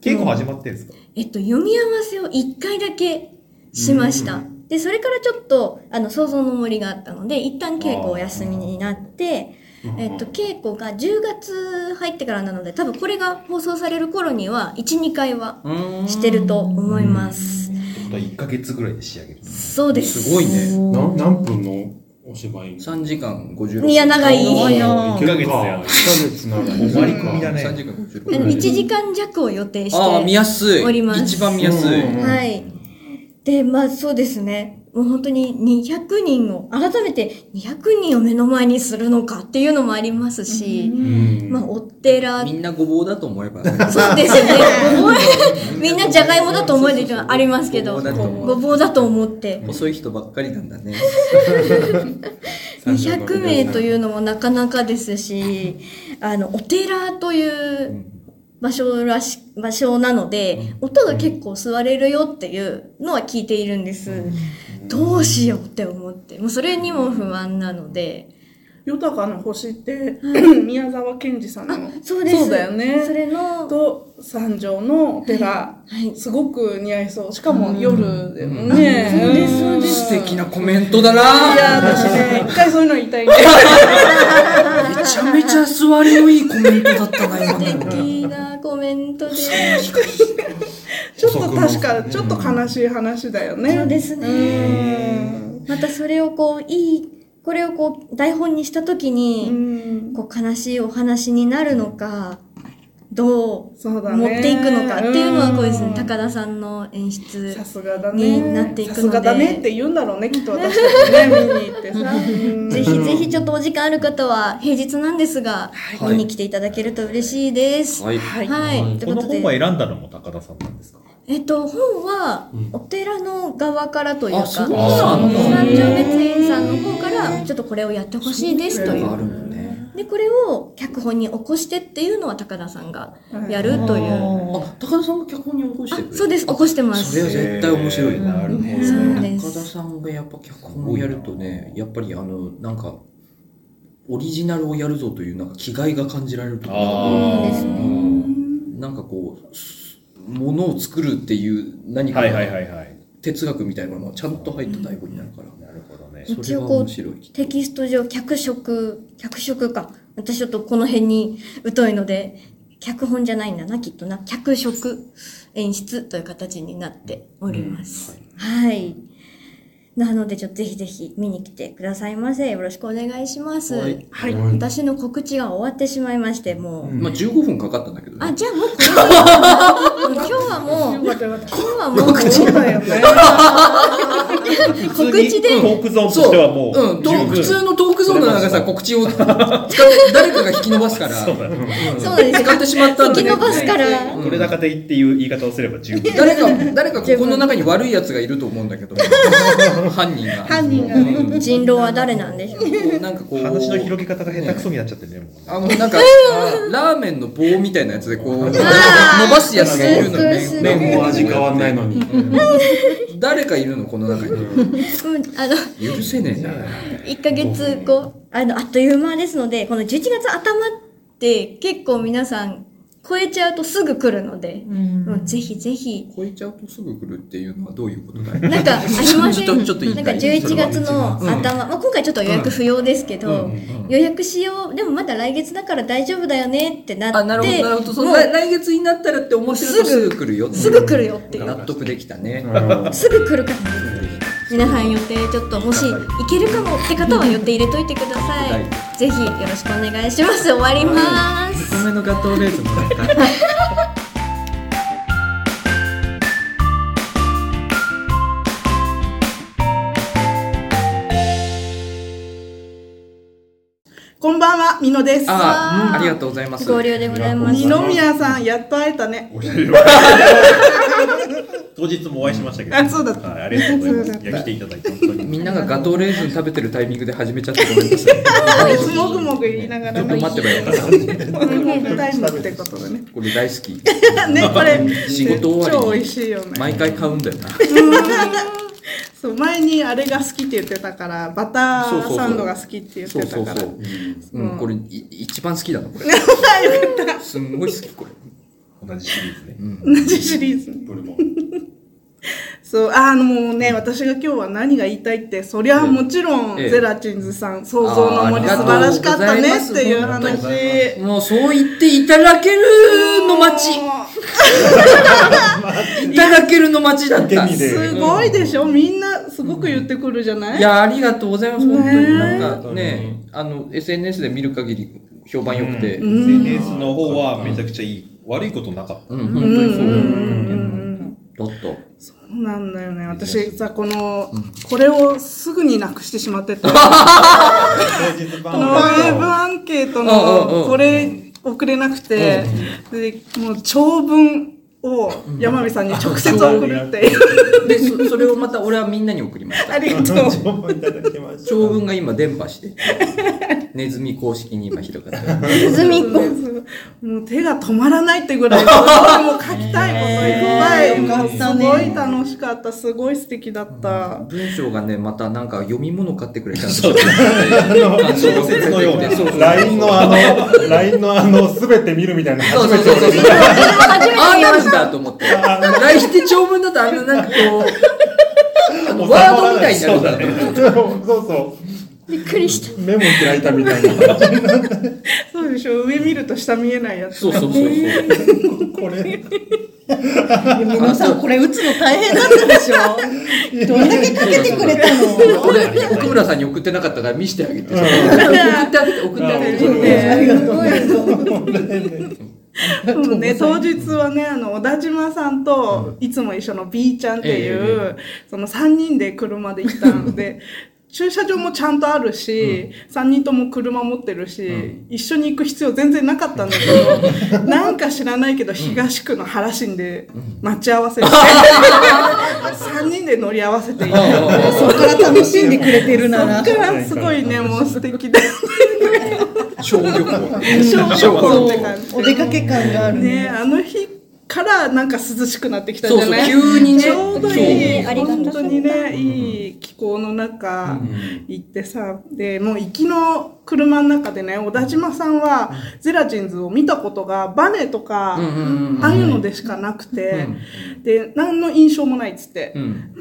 稽古始まってんですか
えっと、読み合わせを1回だけしました。で、それからちょっと、あの、想像の森があったので、一旦稽古お休みになって、えっと、稽古が10月入ってからなので、多分これが放送される頃には、1、2回はしてると思います。
ってことは1ヶ月ぐらいで仕上げる。
そうです。
すごいね
な何分のお芝居
3時間56分
いや、長い。
1ヶ月だ
1
よ。
ヶ月なら終
割り込みだ
3
ね。
時間56分
1時間弱を予定して。
ああ見やす
おり
い
ます
一番見やすい
うん
はい。で、まあそうですね。もう本当に200人を、改めて200人を目の前にするのかっていうのもありますし、まあお寺
み、んなごぼうだと思えば
そうですね。ごぼうみんなじゃがいもだと思える人はありますけど、
ごぼうだと思う
ごぼうだと思って。
遅い人ばっかりなんだね
200名というのもなかなかですし、あの、お寺という場所らし、場所なので、音が結構吸われるよっていうのは聞いているんです。どうしようって思って、もうそれにも不安なので、
豊かな星って、 [LAUGHS] 宮沢賢治さんの。
そうです。
だよね。
それの、
と三条のお寺、
はい
すごく似合いそうしかも夜でもね、そうですそうです
素敵なコメントだない
や私ね一回そういうの言いたいんで
めちゃめちゃ座りのいいコメントだっ
[LAUGHS]
たな今の
素敵なコメントで。
ちょっと確かちょっと悲しい話だよね、
そうですね。またそれをこう、いい、これをこう、台本にしたときに、
うん
こう悲しいお話になるのか、どう
そうだね
持っていくのかっていうのはこうですね、
ん
高田さんの演出
さ。すがだね
ねなっていくので
さすがだねって言うんだろうねきっと私たちね見に行ってさ、うん
ぜひぜひちょっとお時間ある方は平日なんですが、見に来ていただけると嬉しいです。
はい
はい。とい
こ
う
の
こと
本は
で、
選んだのも高田さんなんですか
えっと、本はお寺の側からというか、
あそう
三
なの
条別院さんの方から、ちょっとこれをやってほしいですとい
があ
う。
るのね
で、これを脚本に起こしてっていうのは高田さんがやるという。
あ高田さんが脚本に起こしてくれる
そうです、起こしてます。
それは絶対面白いな
なるほど。
そうで
高田
す。
さんがやっぱ脚本をやるとねやっぱりあのなんかオリジナルをやるぞというなんか気概が感じられると
あ
いいです
なんかこうものを作るっていう何
あ。
か
はいはいはいはい。
哲学みたいなのがちゃんと入った台本になるから、
なるほどね。
それが面白い
テキスト上、脚色、脚色か。私ちょっとこの辺に疎いので、脚本じゃないんだな、きっとな。脚色、演出という形になっております。はい、なので、ちょっとぜひぜひ見に来てくださいませ。よろしくお願いします。はい。私の告知が終わってしまいまして、もう。
まあ15分かかったんだけど
あ、
ね
じゃあもうこれで [LAUGHS] 今日はもう、今日はもう、
そうだよね
告知で
普通にトークゾーンとしてはも
う、
うん十
と
分。
普通のトークゾーンの長さ告知を使って誰かが引き伸ばす
[LAUGHS]
から
そうなんですよ
使ってしまったん
引き
だけ
伸
ど
ばすから。
これ高でいいっていう言い方をすれば十分。
誰か誰かここの中に悪いやつがいると思うんだけ [LAUGHS] ど犯人が
犯人が
うん
人狼は誰なんでしょう
なんかこう
話の広げ方が下手くそになっちゃってね。もう
あのなんかあラーメンの棒みたいなやつでこう伸ばすやつがいるの
薄
ね
々
何も味変わんないのに。
誰かいるのこの中に
うんあの、
許せねえな
1ヶ月後、あの、あっという間ですので、この11月頭って結構皆さん超えちゃうとすぐ来るので、もうぜひぜひ、
超えちゃうとすぐ来るっていうのはどういうことだい
なんかありません
ちょっとちょっと言い
な
た
ん
い
か11月の頭、まあ、今回ちょっと予約不要ですけど、予約しようでもまだ来月だから大丈夫だよねってなって
あなるほどなるほどそ
も
の
う
来来月になったらって思ってると
すぐ
すぐ来るよ
すぐ来るよっていう、
納得できたね
すぐ来るから皆さん予定ちょっともし行けるかもって方は予定入れといてください、ぜひよろしくお願いします終わります、
お米のガトーレーズもらった
こんばんはみのです
ああありがとうございます
合流でございます
二宮さんやっと会えたね
当日もお会いしましたけど。
あそうだった
はいありがとうございます。いや来ていただいて本当に。
みんながガトーレーズン食べてるタイミングで始めちゃってごめんなさい
もぐもぐ言いなが
ち
ら
ょっと
ね
待ってばよかった
もぐもぐタイムってこと
[LAUGHS]
でね
これ大好き
ねこれ [LAUGHS]
仕事終わりに
超美味しいよね
毎回買うんだよな
そう前にあれが好きって言ってたからバタ
そうそうそ
ー
う
サンドが好きって言っ
そ
て
うそ
た
う
か
そ
ら
う。うん、これ、い一番好きだな、これ。すんごい好き、これ。
同じシリーズね。
同じシリーズ
ど
[LAUGHS]
れも。
そうあのもうね私が今日は何が言いたいってそりゃもちろん、
ええ
ゼラチンズさん想像の
あーあり
森
が
素
とう
晴らしかったねってい
ご
う
ざいます
話
もうそう言っていただけるの街いただけるの街だった。
受け身で
すごいでしょみんなすごく言ってくるじゃない
いや、ありがとうございます、本当
ね
に。
え
なんかね、あの、SNS で見る限り評判良くて。うん、
SNS の方はめちゃくちゃいい。悪いことなかった。
本当にそう。だっ
そうなんだよね私さこの、これをすぐになくしてし
[LAUGHS]
まってたこ
平日版
のウェブアンケート
うんうんう
の
ん
これ送れなくて、でもう長文を山美さんに直接送るっていう
た。で、そそれをまた俺はみんなに送りまし
[LAUGHS] あ
た。
りがとう
情報いただきました。
長文が今伝播して、ネズミ公式に今広がってる。
ずみっこ。
もう手が止まらないってぐらい、もう書きたいこといっぱい、もうすごい楽しかった、すごい素敵だった。
文章がね、またなんか読み物買ってくれたんです
そ
よ
う。小説のよう
そうそう
な。
LINE のあの、LINE のあの、すべて見るみたいな。
そうそうそうそう。ああなるんだと思って。大して長文だとあんななんかこう、あのワードみたいになるんだと思って。
そうそう。
びっくりした。
メモ開いたみたいな。
そうでしょ、上見ると下見えないやつ。
そうそうそうそう。
これ、
皆さんこれ打つの大変だったでしょどんだけかけてくれたの
これ、奥村さんに送ってなかったから見せてあげて。送ってあげて、送ってあげて。
[LAUGHS]
ありがとうございます
うんね、当日はね、あの、小田島さんと、いつも一緒の B ちゃんっていう、その3人で車で行ったん [LAUGHS] で、駐車場もちゃんとあるし、3人とも車持ってるし、一緒に行く必要全然なかったんだけど、 [LAUGHS] なんか知らないけど、東区の原新で待ち合わせ [LAUGHS] して、3人で乗り合わせて行った。
そこから楽しんでくれてるなら
そっからすごいね、もう素敵だよ
小旅行。
ね。小学校って感じ
お出かけ感がある
ね
ね
あの日からなんか涼しくなってきたじ
そう
ゃ
そう
な、い
急にね。
ちょうどいい、
ありがた
本
かった
当にね、いい気候の中行ってさ、で、もう行きの車の中でね、小田島さんはゼラチンズを見たことがバネとか、ああいうのでしかなくて、で、何の印象もないっつって、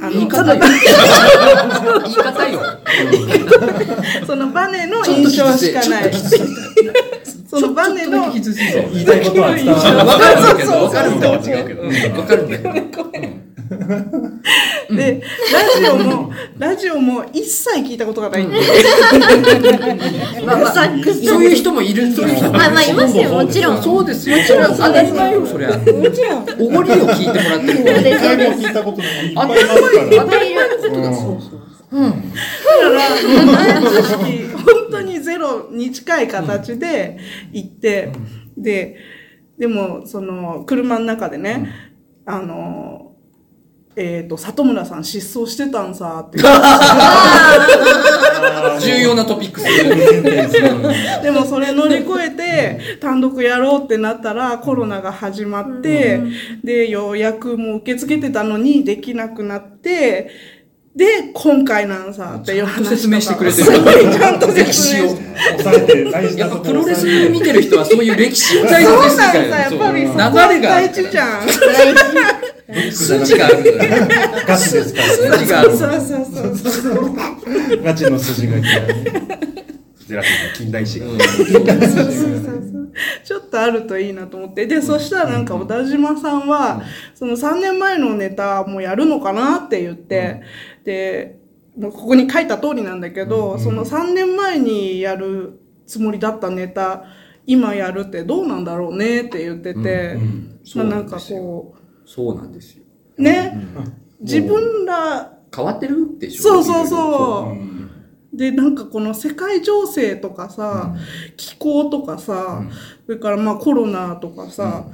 あ
言い
の、
方
た
よ。
だ
[LAUGHS] 言い方よ。
そのバネの印象しかない。 [LAUGHS] そのバネの、
傷ついて
言いたいことは伝わ
わかるんだけど、わ
そうそうそう
かるんだけど。うんわかるんだけど。
で、ラジオも、ラジオも一切聞いたことがない。
まあまあそういう人もいる。そういう人もいる
まあまあ、いますよ、もちろん。
そうですよ。もちろん当たり前よ、そりゃ。もちろん。おごりを聞いてもらってる [LAUGHS] から。
一回も聞いたことない。いっぱいいますから。
知識本当にゼロに近い形で行って、ででもその車の中でね、あのえっ、と里村さん失踪してたんさって言って
重要なトピックス。
でもそれ乗り越えて単独やろうってなったらコロナが始まって、でようやくもう受け付けてたのにできなくなってで今回なんさっていう話とか
説明してくれてる
すごいちゃんと
歴
説
史
明
を
して。
抑えて、大事
や
な
っ
と
ぱ
こ
プ
ろ
ロ
を
レス
抑えて
見てる人はそういう歴史を大
そう
切
な
に
ん
す
だ、
るからそう
やっぱりそこが
流れがあ
大
るか
事じゃん。
ら筋があるから
ガチですから。
筋がある
そうそうそうそう。
ガチの筋が嫌い。
ゼラチンの近代史が。
ちょっとあるといいなと思って。で、そしたらなんか小田島さんは、その3年前のネタもやるのかなって言って、で、もうここに書いた通りなんだけど、その3年前にやるつもりだったネタ、今やるってどうなんだろうねって言ってて、まあなんかこ
そうなんですよ
う、ね、自分ら、
変わってるでしょ
そうそうそう。で、なんかこの世界情勢とかさ、気候とかさ、それからまあコロナとかさ、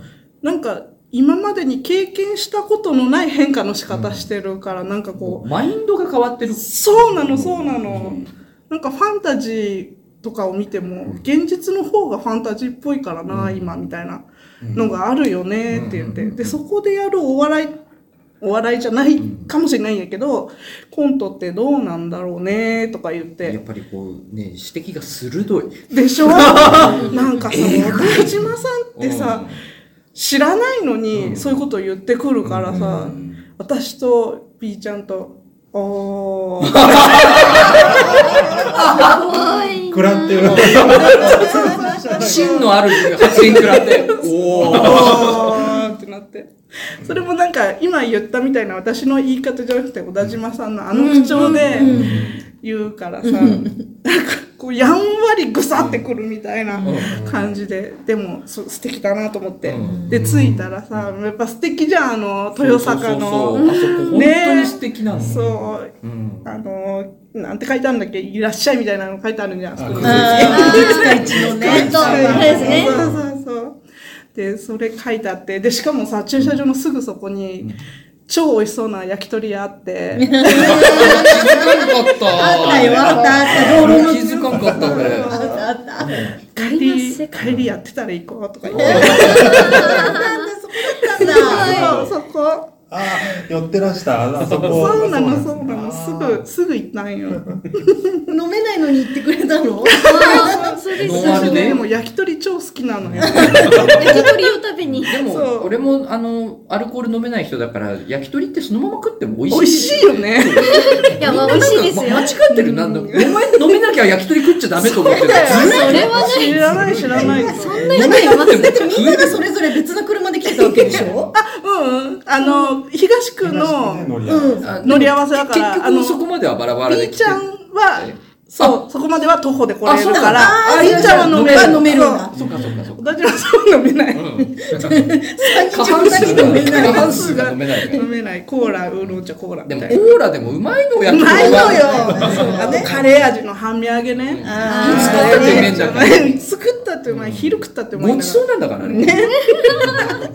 なんか今までに経験したことのない変化の仕方してるから、なんかこ
マインドが変わってる
う、そうなのそうなの。なんかファンタジーとかを見ても、現実の方がファンタジーっぽいからな、今みたいなのがあるよねって言って。で、そこでやるお笑いお笑いじゃないかもしれないんやけど、コントってどうなんだろうねとか言っ。
やってぱりこうね指摘が鋭い [LAUGHS]
でしょなんかさ、小田島さんってさ、知らないのにそういうことを言ってくるからさ、私と B ちゃんと、おー。
[LAUGHS]
食らってる。
芯のある発言くらっておお
あーってなってそれもなんか今言ったみたいな私の言い方じゃなくて小田島さんのあの口調で言うからさなんかこうやんわりぐさってくるみたいな感じででもそ素敵だなと思ってで着いたらさやっぱ素敵じゃんあの [LAUGHS] 豊坂
そうそうそ
の
うあそこ本当に素敵なの、
そう
うん
あのなんて書いてあるんだっけいらっしゃいみたいなの書いてあるんじゃん
あ
ね。そうですね。
そうそうそう。で、それ書いてあって、で、しかもさ、駐車場のすぐそこに、超美味しそうな焼き鳥屋あ [LAUGHS] って、
気づかなかった
あったよ、あった、あった、道路の
気づかんかった俺
あった、あった。なんだ、
帰り、帰りやってたら行こうとか言って。
そこだったんだ。
そう、そこ。
あー、寄ってらした。あそこ。
そうなの、そうなの。すぐ、すぐ行ったんよ。
飲めないのに言ってくれたの
ノーマル
で
ね
も焼き鳥超好きなのよ。
焼き鳥を食べに。
で
そう
も俺もあのアルコール飲めない人だから焼き鳥ってそのまま食っても美味しい
美味しいよね。
いや、まあ美味しいですよ。
間違ってるなんだお前飲めなきゃ焼き鳥食っちゃダメと思ってるず
それは
知らない、知らない。
だってみんながそれぞれ別の車で来てたわけでしょ
うんうん。あの、東区の
乗り
う
合
ん。
る
乗り合わせだから、
結
あの
局、そこまではバラバラで
B
来
ち
て
ゃんは、
そ
そう、そこまでは徒歩で来れるから、
あ
あ
あ、
あ、
ゆ
ゆ
う
う
ち
ちゃ
ゃん
ん
は飲
は飲
め
め
る
る。
飲めるんだ。
そうかそうかそうか
小田島さんは飲めない。
最
過
近
半数が
飲めな
過
い。
半数が飲めないね
飲めない。コーラ、ウーロン茶、コーラ
で
み
もコ
たいな。
ーラでもうまいの焼き鳥
うまいのよ
そう
あ
だ
と
ね。
カレー味の半身揚げね。
あ
作ったってうめえんだから
[LAUGHS] 作ったってうまい。昼食ったってうまい
ご
ん
ち
だか
そうなんだからね
ら。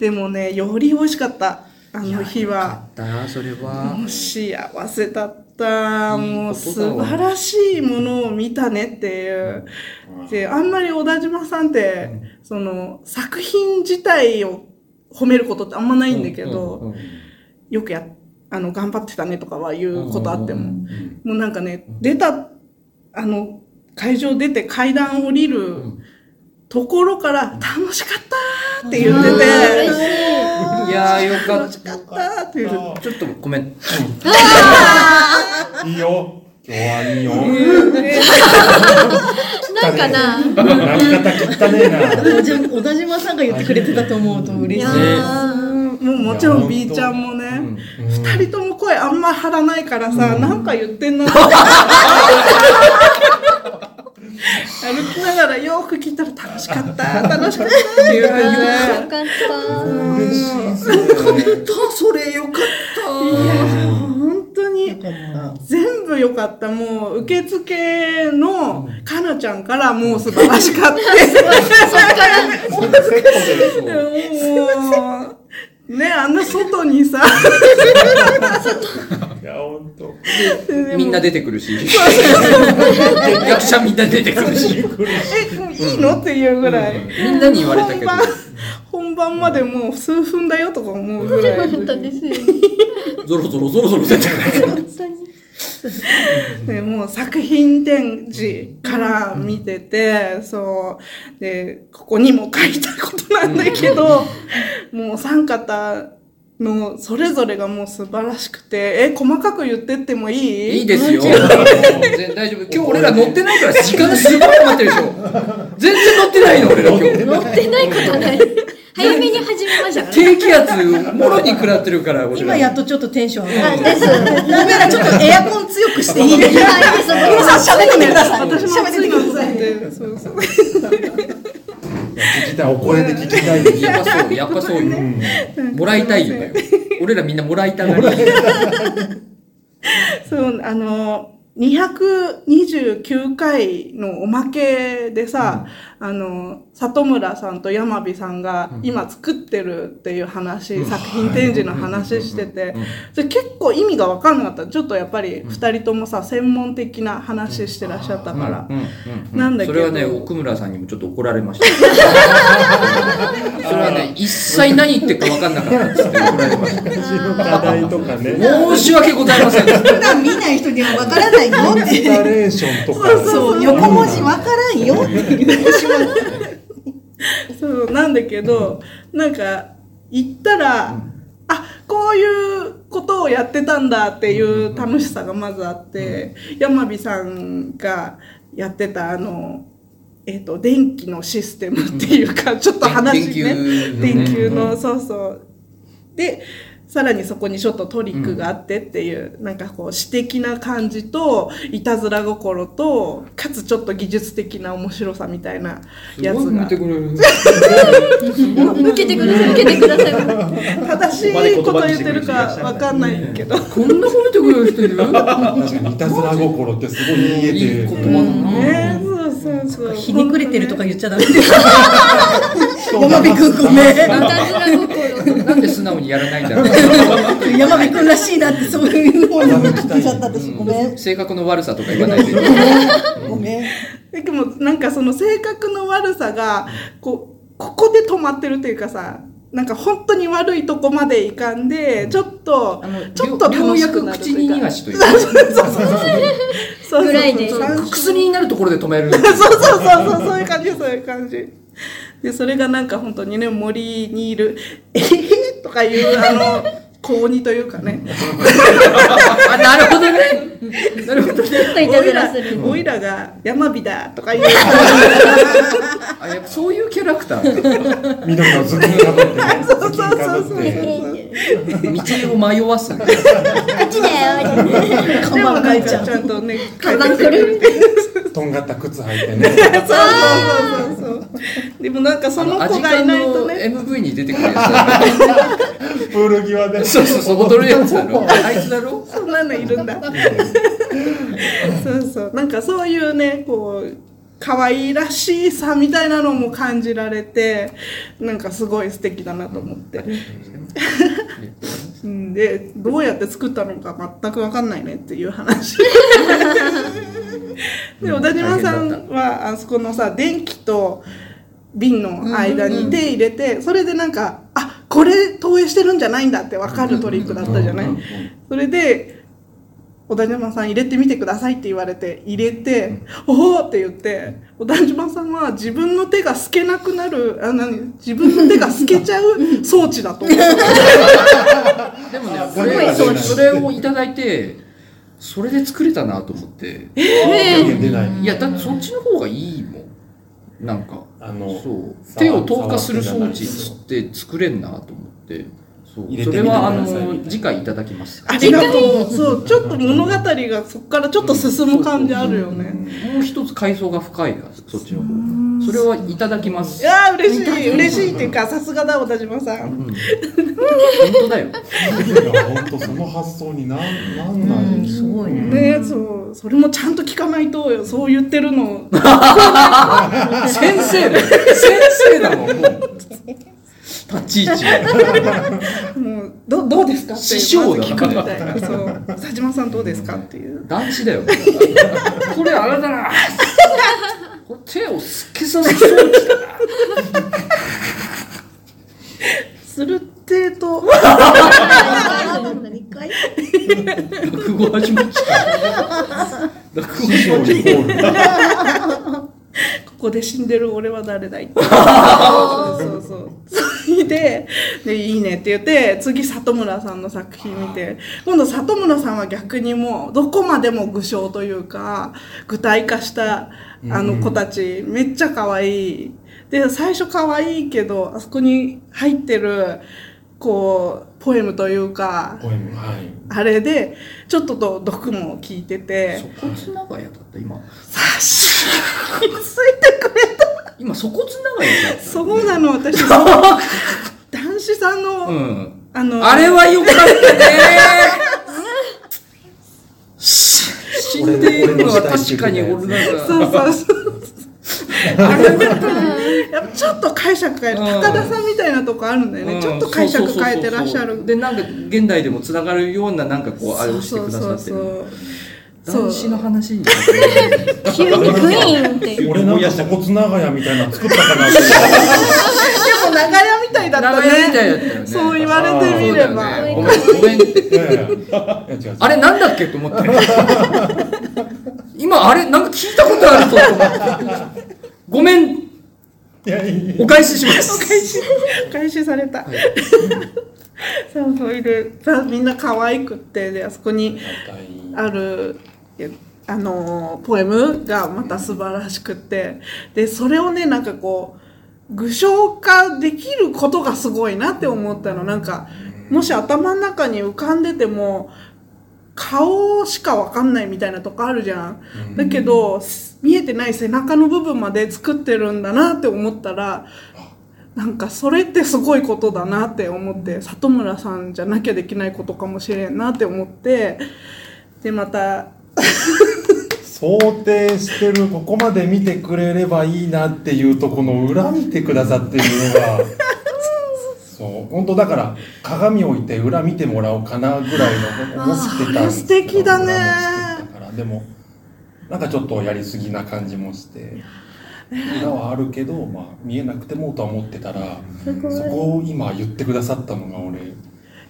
でもね、より美味しかった。あの日は。
だそれは
もう幸せだった。もう
いいことだ
素
わ
晴らしいものを見たねっていう。で、あんまり小田島さんって、その、作品自体を褒めることってあんまないんだけど、
うんうんうん
よくやあの頑張ってたねとかは言うことあっても、
うんうん
もうなんかね出たあの会場出て階段降りるところから「楽しかった!」って言ってて
いやーよ
「
かっ
楽しかった!」って言う
たちょっとごめん
いいよ。今日はいいよ。
なんかな。
泣き方汚ねえ
あ。
な。
小田小田島さんが言ってくれてたと思うと嬉しい。
うんもうもちろん B ちゃんもね二人とも声あんま張らないからさ、なんか言ってんなって歩きながらよく聞いたら楽しかった楽しかったって言うてね
よかった。
嬉しいっすね。
それよかっ
いや本当に全部良かったもう受付のかなちゃんからもう素晴らしかったもうねあんな外にさ
いや、ほんと。
たみんな出てくるし役者みんな出てくるし
えもういいのっていうぐらい
みんなに言われたけど
本番本番までもう数分だよとか思うぐらい
本当ですよ。
ゾロゾロゾロゾロ出てくる
でもう作品展示から見てて、そう。で、ここにも書いたことなんだけど、もうお三方のそれぞれがもう素晴らしくて、え、細かく言ってってもいい
いいですよ全然大丈夫今日俺ら乗ってないから時間すごい余ってるでしょ全然乗ってないの俺ら今日
乗ってないことない。早めに始めましたからね。
低気圧もろに食らってる
[LAUGHS]
から俺
今
ら
やっとちょっとテンション上がる。
です。
だからちょっとエアコン強くしていいですか皆さん喋っててください。
私も
喋って
暑
て
い
く
の
ださい。
で、そうそう。
聞きたい。お声で聞きたいです。
やっぱそうやっぱそう
[LAUGHS]
よもらいたいよだよ俺らみんなもらいたがり
[LAUGHS] そう、あの、 229回のおまけでさ、あの、里村さんと山火さんが今作ってるっていう話、作品展示の話してて、で結構意味がわかんなかった。ちょっとやっぱり二人ともさ、専門的な話してらっしゃったから。 [LAUGHS] なんだ
そ
けど。
れはね、奥村さんにもちょっと怒られました。
[LAUGHS]
それはね、一切何言ってるか分かんなかったっつって怒られました。
課題とかね。
申し訳ございま
[LAUGHS]
せん。
普段見ない人にはわからないよっ
インス
て。
タレーションとか。
そう、横文字わからんよって言ってしまう。
そうなんだけど、なんか行ったら、あこういうことをやってたんだっていう楽しさがまずあって、山火さんがやってたあの、えっと電気のシステムっていうか、ちょっと話ね
電球のね
電球の、そうそうでさらにそこにちょっとトリックがあってっていう、なんかこう詩的な感じといたずら心とかつちょっと技術的な面白さみたいなやつが
くれる。
受けてください、受けてください。
正しいこと言ってるかわかんないけど、
こんな褒めてくれる人い
[LAUGHS]
る
確かにいたずら心ってすごい言えて
いい
る
言葉だな。
ね、そうそうそう
ひねくれてるとか言っちゃダメです。山火くんごめ
い
ん。
たずら心。
なんで素直にやらないんだろ
[LAUGHS]
山火くんらしいなってそういう方に聞いちゃった私。ごめん
う。。性格の悪さとか言わないで。
ごめん。
でもなんかその性格の悪さがこうここで止まってるっていうかさなんか本当に悪いとこまでいかんでちょっと
あの
[LAUGHS] ちょっと
よう
楽
や
しく
く
なると
口に
いう
逃
か
がしというか、
[LAUGHS] そうそうそう
ぐらいで
そうそう
薬になるところで止める。
[LAUGHS] そうそうそうそうそういう感じそういう感じでそれがなんか本当にね森にいる「えへへ」とかいうあの高二というかね
あ、 [LAUGHS] なるほどね。 [LAUGHS] なるほどね。
ちょっといた
お
ず
い
ら
ら
する。
おいらが山火だとか言う
あ、やっぱそういうキャラクター。
緑のズボンかぶってね。
そうそうそうそう
頭巾かぶって
[LAUGHS] 道を迷わす。
こっちだよ。
でもなんかちゃんとね帰ってきてくれて
とんがった靴履いてね。
そうそうそう [LAUGHS] そうでもなんかそ
あ
の
の、ア
子
ジ
が
カ
い
ン
ないと
の
ね
MV に出てくるや
プール際で。
[LAUGHS] つ。そうそうそう、踊るやつだろ。あいつだろ。
そんなのいるんだそうそうなんかそういうねこう可愛らしいさみたいなのも感じられてなんかすごい素敵だなと思って、うん、でどうやって作ったのか全く分かんないねっていう話で小田島さんはあそこのさ電気と瓶の間に手入れて、それでなんかあこれ投影してるんじゃないんだって分かるトリックだったじゃない、それで小田島さん入れてみてくださいって言われて入れて、おおって言って小田島さんは自分の手が透けなくなるあ何自分の手が透けちゃう装置 [LAUGHS] だと思って
でもね、
ごい
それ、それをいただいて。それで作れたなと思って。
出ない。
いや、だってそっちの方がいいもん。なんか。
あの、
そう
触
手を透過する装置って作れんなと思ってそう
入れて
そ
みて
れ
くだ
はあ
さい
の次回いただきます
ありがとうそうちょっと物語がそこからちょっと進む感じあるよね
もう一つ階層が深いなそっちの方それはいただきま
い
す
やー嬉しい嬉しいっていうかさすがだ小田島さん
本当だよ
いや、本当その発想になん、なんなんすごいね。
ねそうそれもちゃんと聞かないとよそう言ってるの
先生だよ先生だもんもう立ち位置が
もうどどうですかって
師匠だ
まず聞
か
く
ら
みたいなそう佐島さんどうですかっていう
団地だよこれあれだなこれ手をすけさせそう
するってーと
何回
落語始まっちゃう落語始まっちゃう
ここで死んでる俺は誰だいってそうそうそうそれででいいねって言って次里村さんの作品見て今度里村さんは逆にもうどこまでも具象というか具体化したあの子たち、めっちゃ可愛いで最初可愛いけどあそこに入ってるこうポエムというか
ポエム、はい。
あれでちょっとと毒も効いてて
そこつ長屋だった今
さし気づいてくれた
今そこつ長屋だった
そうなの、私、
[LAUGHS]
その男子さんの、
うん
あの、
あれは良かったねし知っているのは確かに俺なんか
そうそ
[LAUGHS]
うそう。あれだからやっぱちょっと解釈変える
うん
高田さんみたいなとこあるんだよ
う
ね
ん
ちょっと解釈変えてらっし
そうそうそ
ゃ
うそう
る
でなんか現代でもつながるようななんかこうあれをしてくださって
そう
る
そうそう
男子の話に
急にグイーンって。
俺なんか鎖骨長屋みたいなの作ったかなって
そうでも長屋みたいだった
長屋みたいだったよ
ね
ね
そう言われてみれば
そうだよねごめんごめん
[LAUGHS]
って
いやいやいや違う違う
あれなんだっけと思 [LAUGHS] って今あれなんか聞いたことあるぞと思ってごめん
[LAUGHS] いやいやいや
お返しします
回収された、 [LAUGHS] そうそういるさみんな可愛くってであそこにあるえあのーポエムがまた素晴らしくってでそれをねなんかこう具象化できることがすごいなって思ったのなんかもし頭の中に浮かんでても顔しかわかんないみたいなとこあるじゃん。だけど、す見えてない背中の部分まで作ってるんだなって思ったら、なんかそれってすごいことだなって思って、里村さんじゃなきゃできないことかもしれんなって思って、で、また、
想定してるここまで見てくれればいいなっていうとこの裏見てくださってるの
[LAUGHS]
がそう本当だから鏡置いて裏見てもらおうかなぐらいの思ってたんですけど
素敵だね
裏も作ったからでもなんかちょっとやりすぎな感じもして裏はあるけど、まあ、見えなくてもとは思ってたらそこを今言ってくださったのが俺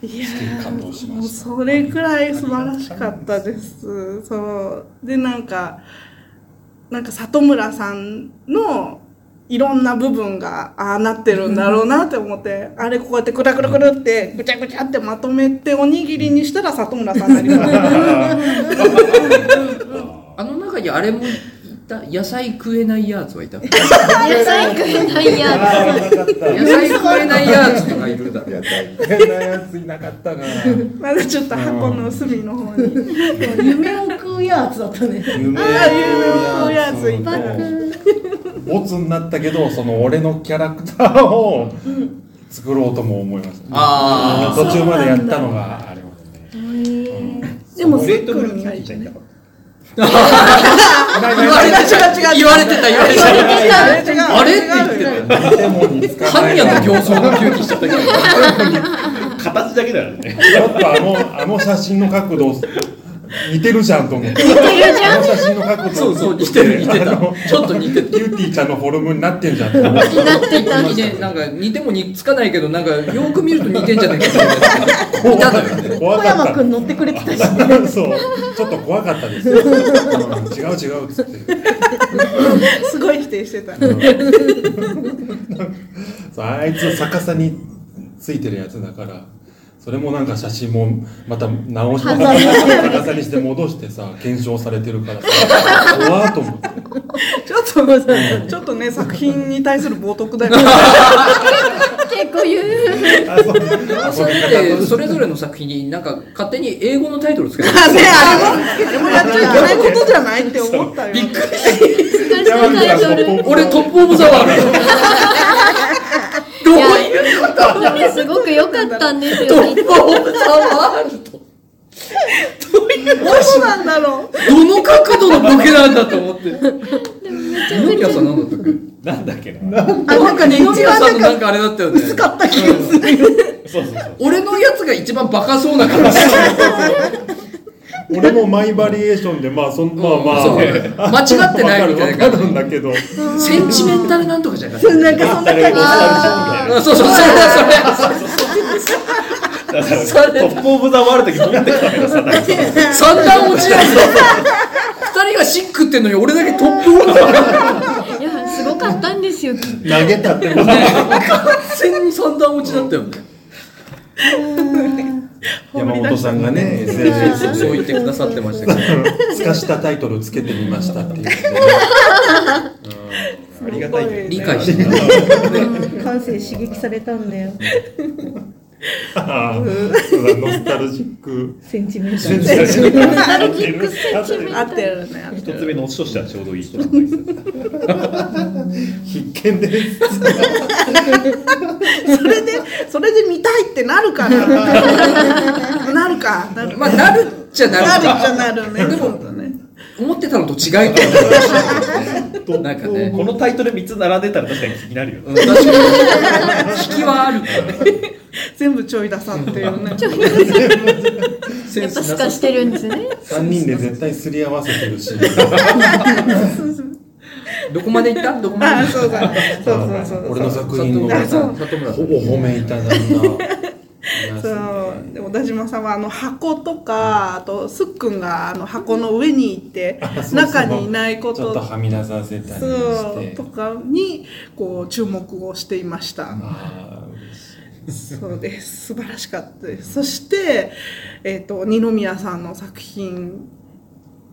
いや
すげえ感動し
ー、
ました
もうそれくらい素晴らしかったです。そう。で、なんか、なんか里村さんのいろんな部分がああなってるんだろうなって思って、あれこうやってくらくらくるってぐちゃぐちゃってまとめておにぎりにしたら里村さんになりました。
あの中にあれもいた野菜食えないやつはいた野
野菜食えないや
あーなかった
菜食えないやつとかいるだろ
や大
変なやついなかったな
まだちょっと箱の隅の方に。
夢を食うやつだったね。
有名
有名なやついっぱい
ボツになったけどその俺のキャラクターを作ろうとも思いました、
あ
途中までやったのがあれますね
でも、
レ
せっ
ート
く
ブル
ん
ー
に
キ
入
ー
っ
ちゃんいたかっ
言われてた言われてた言われてた
違う。
あれって言ってたよね
でもに使わな
神
い
谷の競争が急起しちゃったけど
た形だけだよね
ちょっとあのあの写真の角度似てるじゃんと思って似てるじゃんあの写真の角度
そうそう似てる似てた
あの
ちょっと似てた
キューティーちゃんのフォルムになってんじゃんと思って
なってた。
ね、なんか似ても似つかないけどなんかよく見ると似てんじゃないかと思っていたのよね
怖
小
か
山
っ
くん乗ってくれてたし。
た [LAUGHS] そうちょっと怖かったですよ、うん、違う違うっつって
すごい否定してた。
そうあいつ逆さについてるやつだからそれもなんか写真もまた直しまた逆さにして戻してさ検証されてるからさ怖ーと思って
ちょっと、ちょっとね、作品に対する冒涜だよね。
結構言う。
それってそれぞれの作品になんか勝手に英語のタイトルつけてる
ね、あれも、あれもやっちゃいけないことじゃないって思ったよ。
びっくり
山口さんのポ
[LAUGHS] 俺トップオブザワールドどういう
ップすごく良かったんです
[LAUGHS] ト
よ。
ップオブザワールド
そうなんだろう。
どの角度のボケなんだと思って二宮さんなんだったっけ
なんだっけな
あ、なんかね、
二
一
宮
番
さ
なん
の
ん
な
か
んかあれだったよね
薄かった気がする。
そうそうそう
俺のやつが一番バカそうな
[LAUGHS]
感じ
俺もマイバリエーションでまあそんまあまあ、
そう間違ってないみたいな
わか
感
るんだけど
じセンチメンタルなんとかじゃない
なんかそんな
誰が
感
ノスタルジーみたいな
あそうそうそれそれ
だから
それ
トップオブザワールドに持ってきたけどさなんか
三段落ちやつだ二人がシックってんのに俺だけトップオーダー
いや、すごかったんですよ。
投げたっても
完全に三段落ちだったよね
山本さんがね
そう
SNS
そう言ってくださってましたけ
すかしたタイトルつけてみましたっていう
じ。あ
りがたいけど
ど理解してた
感性刺激されたんだよ。
あーノスタルジック
センチメンタ
セン
ル
チ。メンタル合ってる
合ってるね。合ってる
一つ目のオチとしてはちょうどいいと思います
必見です
それで、それで見たいってなる [LAUGHS] から。なるか。なる
まあなるっちゃな
な
る
るじゃなるね。
でも
そうだね
思ってたのと違うと思うなんかね
このタイトル3つ並んでたら確かに気になるよ、
うん確かに引きはあるからね
全部ちょい出さんっていうね。
セ
や
ン
っ
ス
ぱ
な
スカ
さ
してるんですね。
3人で絶対すり合わせてるし
どこまで行ったどこまで
あ
行
あ、
った
そうだ。そうそうそう。
俺の作品の
あそう
里村
ほぼ褒めいただいた
そうでも田島さんはあの箱とかあとすっくんがあの箱の上に行って中にいないこ
ちょっと
と
はみ出させたりし
そう
て
とかにこう注目をしていました。
あー嬉しい
そうです素晴らしかったですそして、えー、と二宮さんの作品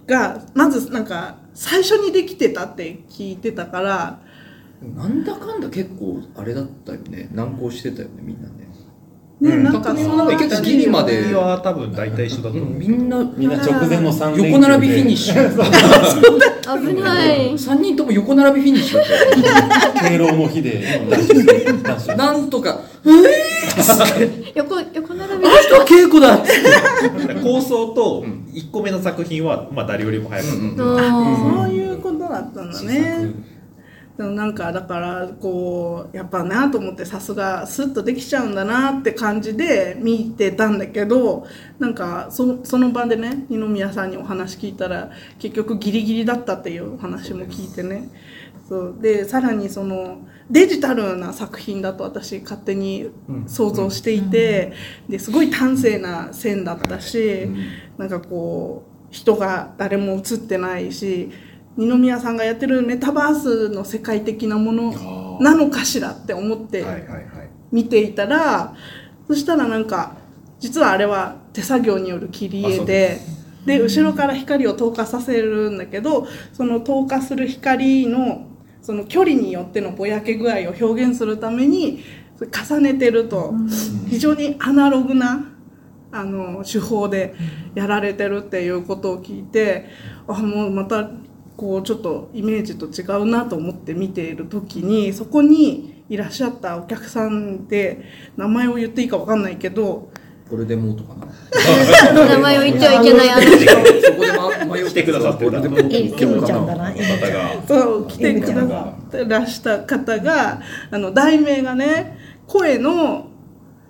がまずなんか最初にできてたって聞いてたから
なんだかんだ結構あれだったよね難航してたよねみんなね
ね、
うん
なんか
匠
そ
も
う
なんか
結構ギリまで
僕は多分大体一緒だ
う
と思う、
んみんな
みんな直前の3連休で
横並びフィニッシュ
危ない。
3人とも横並びフィニッシュ
敬老の日で
なんとか
横、横並び
あ。の人は稽古だっつって
構想と1個目の作品は、まあ、誰よりも早く、
あ
そういうことだったんだねでもなんかだからこうやっぱなと思ってさすがスッとできちゃうんだなって感じで見てたんだけどなんかそその場でね二宮さんにお話聞いたら結局ギリギリだったっていうお話も聞いてねそうでさらにそのデジタルな作品だと私勝手に想像していて、ですごい端正な線だったし、なんかこう人が誰も映ってないし二宮さんがやってるメタバースの世界的なものなのかしらって思って
はいはいはい
見ていたらそしたらなんか実はあれは手作業による切り
あそ
絵
う
でで後ろから光を透過させるんだけどその透過する光のその距離によってのぼやけ具合を表現するために重ねてると非常にアナログなあの手法でやられてるっていうことを聞いてあもうまたこうちょっとイメージと違うなと思って見ている時にそこにいらっしゃったお客さんで名前を言っていいかわかんないけど
これでもうとかな
あ、名前を言ってはいけないあの人。
そこでま迷っ
来てくださってた
これでもう
え、エミちゃんだな、エミ
方
ちゃん。
が
そう来てくださってらした方があの題名がね声の、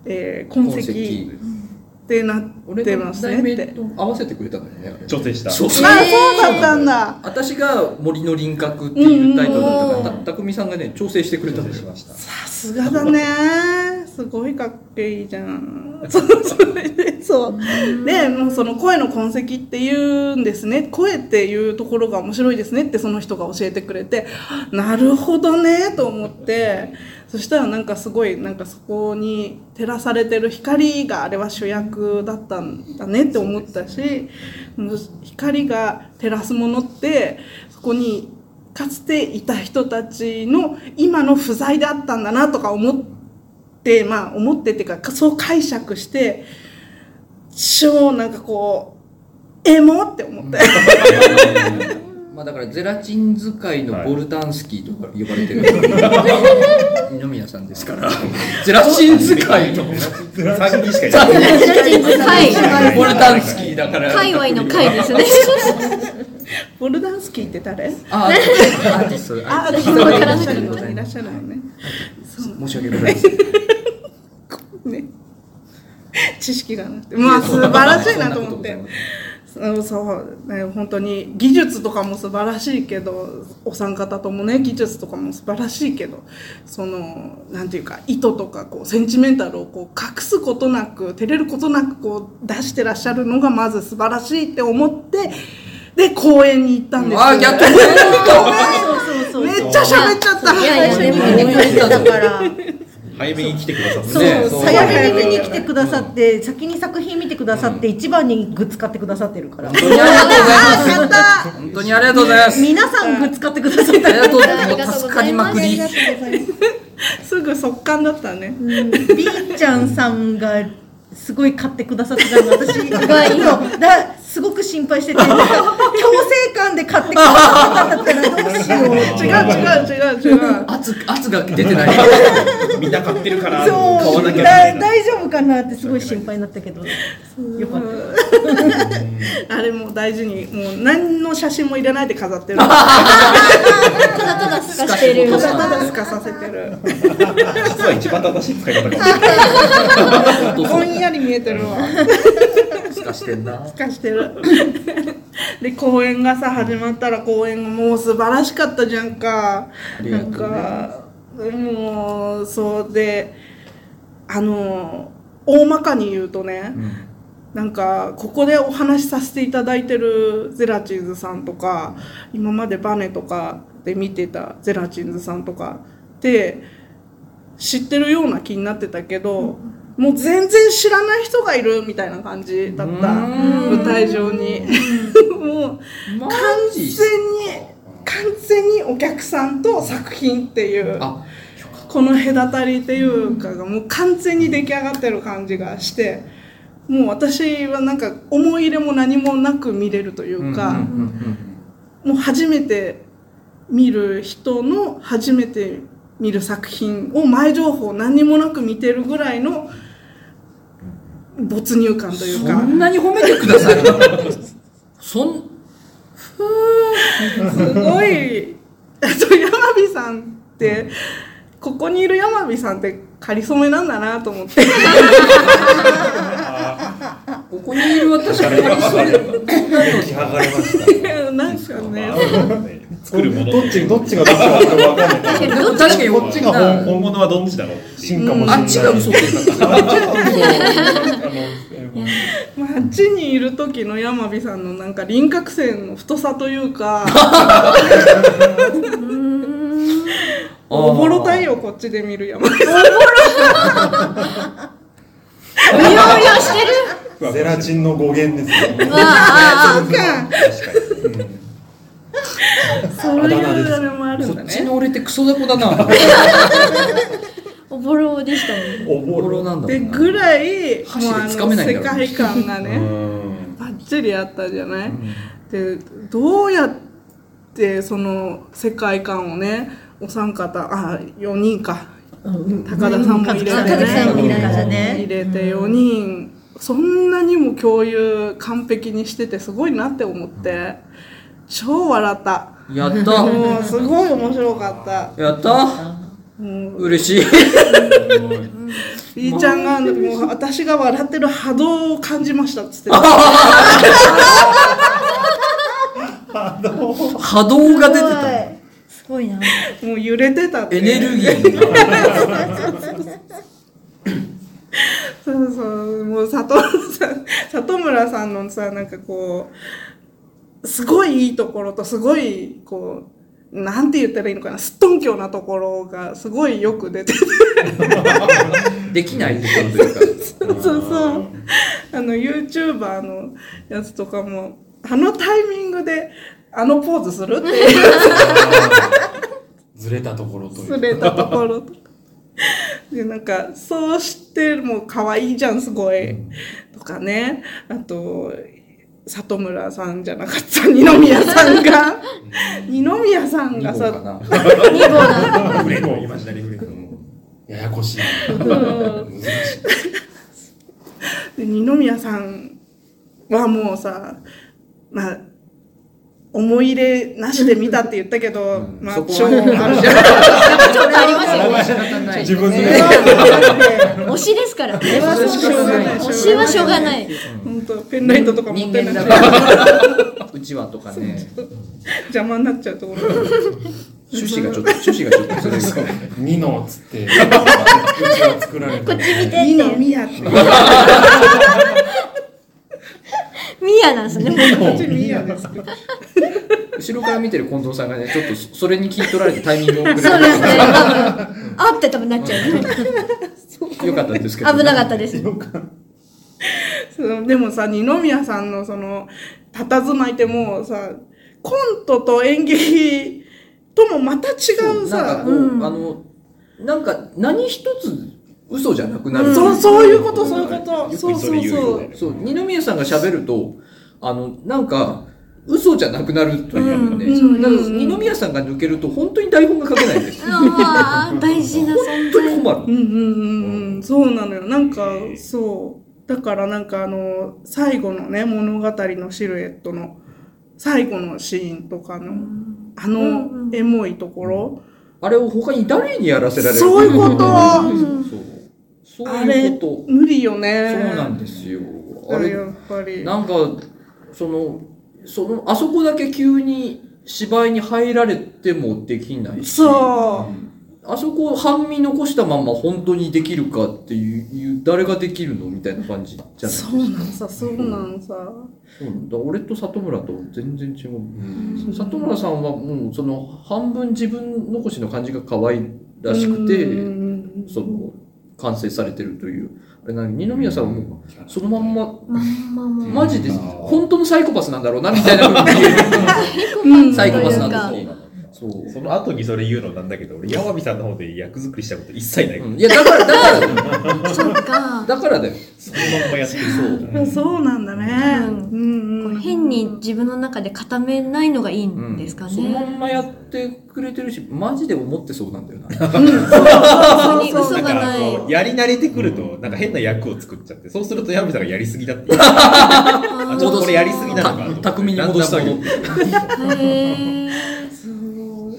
えー痕
痕
跡っ
跡
てなって
俺
ま
の
す
題
ねっ
名
て。
と合わせてくれたのよねあれ
調整した
そう
あ、そうだったんだ。
私が「森の輪郭」っていうタイトルだったか
うんうん
らたくみさんがね調整してくれたんですよ
さすがだねすごいかっこいいじゃんそうそれでそうでもうその声の痕跡っていうんですね声っていうところが面白いですねってその人が教えてくれてなるほどねと思ってそしたらなんかすごいなんかそこに照らされてる光があれは主役だったんだねって思ったしその光が照らすものってそこにかつていた人たちの今の不在だったんだなとか思ってまあ思ってっていうかそう解釈して超なんかこうエモって思って、
まあだからゼラチン使いのボルタンスキーとか呼ばれてる、二宮さんですからゼラチン使い [LAUGHS] の
3人しかいない
はい。
ボルタンスキーだから
界隈の会ですね。
ボルダンスキーって誰
あアーティストア
あ
ーティス
人
ト
が
がい
い
ら
ら
っ
っ
し
し
ゃ
ゃ
る
る
ので
いらっしゃらないね
申し訳ございません
ね知識がなくてまあ素晴らしいなと思って
[LAUGHS] そんなこ
そうそう、ね、本当に技術とかも素晴らしいけどお三方ともね技術とかも素晴らしいけどそのなんていうか意図とかこうセンチメンタルをこう隠すことなく照れることなくこう出してらっしゃるのがまず素晴らしいって思ってで公演に行ったんですよ
あーやっと公演に行った
そうそうそう。
めっちゃ喋っちゃった
いやいや、でも
見てくれてたから。
早めに来てくださって
そう、
ねそう
早めに来てくださって、先に作品見てくださって、一番にグッズ買ってくださってるから。
本当にありがとうございます
やった
本当にありがとうございます
皆さんグッズ買ってくださっ
あ
た
りがとう
ありが
もう
とう
助
ご
か
ざ
り
い
ま
ま
く
す。
り [LAUGHS]
すぐ速乾だったね
りーちゃんさんがすごい買ってくださってたの私
い
そうだすごく心配しててなんか強制感で買ってくださってたんだったらどうしよう
違う違う違う違う
圧圧が出てない
みんな買ってるから買
そ
わ
う
な
だ
きゃみたいな
大丈夫かなってすごい心配になったけどよかった
あれもう大事にもう何の写真も入れないで飾ってる
ただただすかしてる
ただただすかさせてる
実は一番正しい使い方かもしれない。
ぼんやり見えてるわ
すかしてんな。
すかしてるで公演がさ始まったら公演がもう素晴らしかったじゃんか
りが
な
とうんね
かもうそうであの大まかに言うとね、なんかここでお話しさせていただいてるゼラチンズさんとか今までバネとかで見てたゼラチンズさんとかって知ってるような気になってたけど、もう全然知らない人がいるみたいな感じだった舞台上に [LAUGHS] もう
マ
完全
ジ
に完全にお客さんと作品っていう
あ
この隔たりっていうかがもう完全に出来上がってる感じがしてもう私はなんか思い入れも何もなく見れるというか、もう初めて見る人の初めて見る作品を前情報何にもなく見てるぐらいの没入感という
そ
か。
んなに褒めてくださるそん、
すごい。あと、山火さんって、ここにいる山火さんって、かりそめなんだなと思って。
ここにいる私は
[LAUGHS] き上がりました。
なんかね、
作 [LAUGHS] るもの
どっちどっちがどっちか分かんない。
確かにどっ
確
ち
かに
こっちが
な
本
本物はどっちだろうっていう
心かもしれな
あ
い。
っちが嘘です
あの
まあ、あっちにいる時の山火さんのなんか輪郭線の太さという [LAUGHS] か、おぼろたいよ、こっちで見る山火さん。
いろいろしてる
ゼラチンの語源ですよ。
そうか。そういうあれもあるん
こ
だ
っち
ね。
の俺ってクソダコだな。
おぼろでしたね
おぼ
心なんだ
で、
ろうな。
ぐらい、
箸で
もうあの
つかめないんだ
世
ろう
界観がね。バッチリあったじゃない、でどうやってその世界観をねお三方あ4人か高田さんも入れて
あ高田さんも
ね
入れながら
入
ね
れて4人そんなにも共有完璧にしててすごいなって思って超笑った
や
[LAUGHS]
った。
もうすごい面白かった
やった。
もう
嬉しい。
B ちゃんがもう私が笑ってる波動を感じましたっつってた
波動が出て。
すごいな
もう揺れてたったて
エネルギーが。
そうそう、もう里村さん、 [LAUGHS] 里村さんのさ、なんかこう、すごいいいところと、すごい、こう、なんて言ったらいいのかな、すっとんきょうなところが、すごいよく出てて、
できないってことというか。
そうそう、あの、YouTuber のやつとかも、あのタイミングで、あのポーズするっていう
ずれたところという
すれたところとか。で、なんか、そうして、もう可愛いじゃん、すごい。とかね。あと、里村さんじゃなかった、二宮さんが。二宮さんが
そうか
さ、
な。
フレームイマジナリーフレーム
ややこしい。難しい。
で二宮さんはもうさ、まあ、思い入れなしで見たって言ったけど、まあ、
そこ
超
は
あ
ね
るじ
[LAUGHS]
ゃん。
ちょっとありますよね
自分で
[LAUGHS] 推しですからね
はそうしょうがない
推しはしょうがない
本当ペンライトとか持
人
ってな
間
く
だ
て
から。うちわとかね。
邪魔になっちゃうところ。
趣旨がちょっと、趣旨がちょっとずれるからね。
二のっつってうちは作られ
こ
た
っ。ち見て
二
って
宮って。
ミヤなんですねもう
こっち宮ですけど。
後ろから見てる近藤さんがね、ちょっとそそれに聞い取られてタイミングを遅
そう
れ
ですね多分あって多分なっちゃう
てよかったんですけど。
危なかったです
そうでもさ二宮さんのその佇まいってもうさコントと演劇ともまた違う
なんか
さ
こう、あの、なんか何一つ嘘じゃなくな
そう
る。
そうそういうことそういうこと
よ
そう
くそ
そ
れ
う
言う
そ
よ
う
ね
そう、二宮さんが喋ると、あの、なんか、嘘じゃなくなるというかね、
うん
そう
うん
だから二宮さんが抜けると、本当に台本が書けないんです。
ああ大事な存
本当に困
う
る。
んうんうんうんそうなのよなんかそうだからなんかあの、最後のね、物語のシルエットの最後のシーンとかの、あのエモいところ。
あれを他に誰にやらせられる
そういうこと
そう。そう
あ
い
れ
うこと。、
無理よね。
そうなんですよ。あ
あれ
れ、
やっぱり。
なんか、その、その、あそこだけ急に芝居に入られてもできないし。
そう。
あそこを半身残したまんま本当にできるかっていう、いう誰ができるのみたいな感じじゃないですか。
そうなんさ、そうなんさ。
そうなんだ俺と里村と全然違う、里村さんはもうその半分自分残しの感じが可愛らしくて、
うん
その完成されてるというあれなのに二宮さんはもうそのまんま
まんまも
マジで本当のサイコパスなんだろうなみたい
[LAUGHS]
な風に見え
うん
るサイコパスなんだ
と
ろうなそう、
その後にそれ言うのなんだけど、俺、ヤワビさんの方で役作りしたこと一切ない。
うんいやだからだから
そうか。
だからだよ
そのまんまやってる。そう。
そうなんだね。うん
こ
う。
うん変に自分の中で固めないのがいい
うんん
ですか
そのま
ね。
んまやってくれてるしマジで思ってそうなんだよな
本当に嘘がな
なん
い
かこ。うやり慣れてくると、なんか変な役を作っちゃって、そうするとヤワビさんがやりすぎだって言う。
あ
あ [LAUGHS] ちょっとこれやりすぎなのかと思って。
た巧みに戻して
[LAUGHS]
あげる
だんだん戻っ
ー
て
へー
そ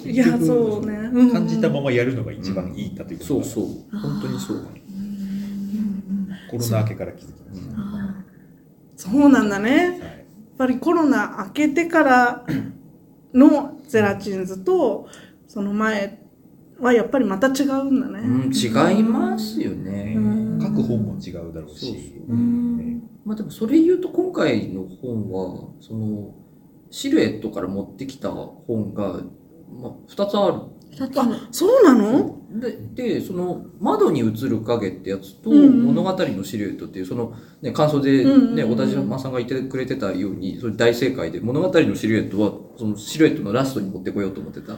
ういや、そうね。うん
感じたままやるのが一番いいんだということ
そう
が
そう本当にそう
コロナ明けから気づきまし
そうなんだね。
た。はい
やっぱりコロナ明けてからのゼラチンズと、その前はやっぱりまた違うんだね。
うん、違いますよね。
うん
書く本も違うだろう
そう
し。
そうまあでもそれ言うと今回の本は、その、シルエットから持ってきた本が、まあ、2つあ
二つ
あ、そうなの
る。で、で、その、窓に映る影ってやつと、
うんうん
物語のシルエットっていう、その、ね、感想で
うんうん
ね、
うん
小田島さんが言ってくれてたように、それ大正解で、物語のシルエットは、そのシルエットのラストに持ってこようと思ってた。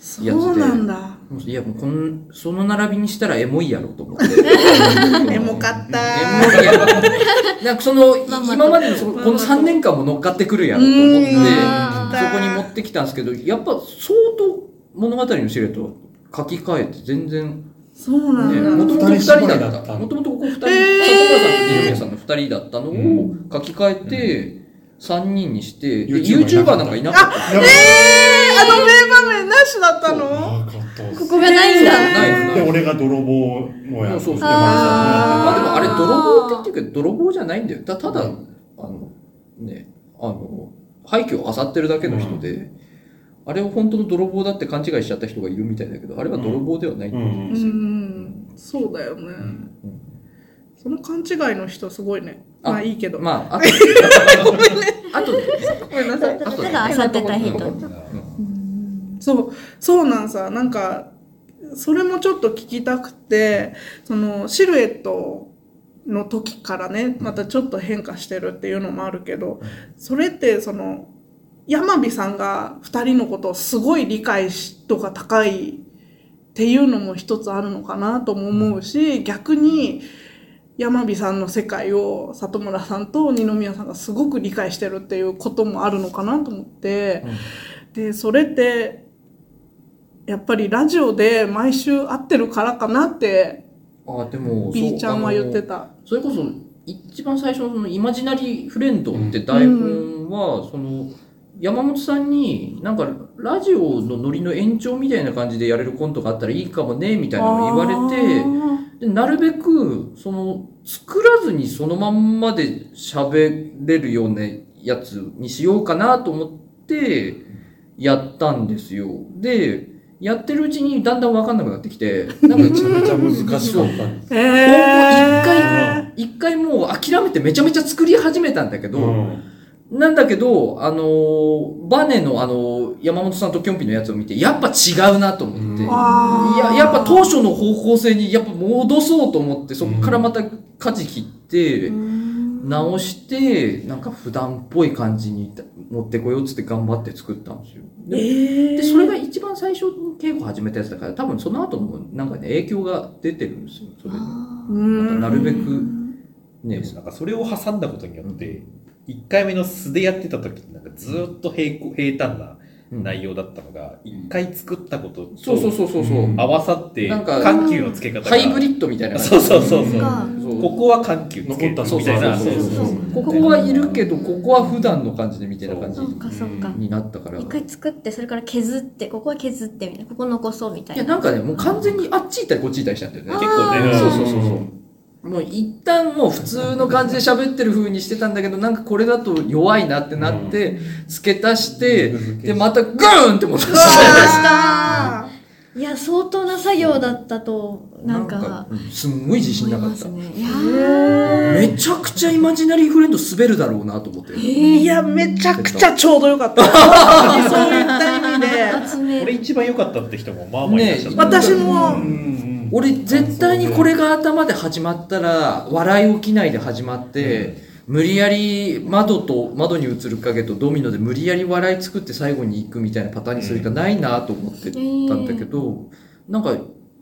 そ
いやつで
うなんだ。
いや、もうこん、その並びにしたらエモいやろと思って。
エ [LAUGHS] モかった。
いや [LAUGHS] なんかその、
まんまと
今までのそのこの3年間も乗っかってくるやろと思って、
う
そ
ん
こに持ってきたんですけど、やっぱ相当物語のシルエットを書き換えて全然、
そうな
ね、
ん
も
だ。
ともと2人だ
二人
っ。
だったた
もともとここ2人、里
えー
村さんと二宮さんの2人だったのを書き換えて、3人にして、で YouTuber なんかいなかった。
えー、あの名場面なしだったの
ああ、カット
ここがないんだ。
ないのない
で、俺が泥棒をやって
そうそうそう
山
まあで
田さん
も
が
あれ
やって
泥棒って言ってるけど泥棒じゃないんだよたただ、あのねあの廃墟を漁ってるだけの人で、あれを本当の泥棒だって勘違いしちゃった人がいるみたいだけどあれは泥棒ではない、
う
うんん。そうだよね。その勘違いの人すごいね。まあいいけど。
まああと
[LAUGHS]
あとね
ごめんなさい。
あとね
ただ漁ってた人
うん
そう、そうなんさ、なんか、それもちょっと聞きたくて、その、シルエットの時からね、またちょっと変化してるっていうのもあるけど、それって、その、山火さんが二人のことをすごい理解し度が高いっていうのも一つあるのかなとも思うし、逆に、山火さんの世界を里村さんと二宮さんがすごく理解してるっていうこともあるのかなと思って、でそれってやっぱりラジオで毎週会ってるからかなって
あでも
B ちゃんは言って
あ
た
のそれこそ一番最初のそのイマジナリーフレンドって台本は、その山本さんになんかラジオのノリの延長みたいな感じでやれるコントがあったらいいかもねみたいなのを言われてでなるべくその作らずにそのまんまで喋れるようなやつにしようかなと思ってやったんですよでやってるうちにだんだん分かんなくなってきてなんか
めちゃめちゃ難しかったんです
て
本当一
え
回、一回もう諦めてめちゃめちゃ作り始めたんだけ
う
ど、
ん
なんだけど、あのーバネのあのー山本さんとキョンピのやつを見て、やっぱ違うなと思って、
うん
あ
いや、
ー
やっぱ当初の方向性にやっぱ戻そうと思って、そこからまた舵切って、直して、なんか普段っぽい感じに持ってこようっつって頑張って作ったんですよ。でで、それが一番最初に稽古始めたやつだから、多分その後もなんかね、影響が出てるんですよ、それで。
うん
なるべく、ね、
なんかそれを挟んだことによって、1回目の素でやってた時なんかずーっと平行平坦な内容だったのが、1回作ったことと
そうそうそうそうそう、
うん
合わさって、
なんか
緩急のつけ方が。
ハイブリッドみたいな感じ
そうそうそうそ
そ
う。
う
ここは緩急つける
残った
みたいな
そうそうそう
そう
ここはいるけどここは普段の感じでみたいな感じ
そうかそうか。
になったから
一回作って、それから削って、ここは削って、みたいな。ここ残そう、みた
い
い
や
な。
なんかねもう完全にあっち行ったりこっち行ったりしたんだよね
結構
あ
ね
ー
そ
そうう
そ
そうう
そ
そううそう。もう一旦もう普通の感じで喋ってる風にしてたんだけど、なんかこれだと弱いなってなって、付け足して、で、またグーンって戻して。
あ
いや、相当な作業だったと、なんか、、
すんごい自信
思い
なか
ま
った
す。ね。いやー
めちゃくちゃイマジナリーフレンド滑るだろうなと思って。
ーいや、めちゃくちゃちょうどよかった。そういった意味で。
集
こ
[LAUGHS]
れ
め。
一番良かったって人もまあまあいらっしゃっ
ね
た、
私も、
俺絶対にこれが頭で始まったら、笑い起きないで始まって、無理やり窓と、窓に映る影とドミノで無理やり笑い作って最後に行くみたいなパターンにするしかないなと思ってたんだけど、なんか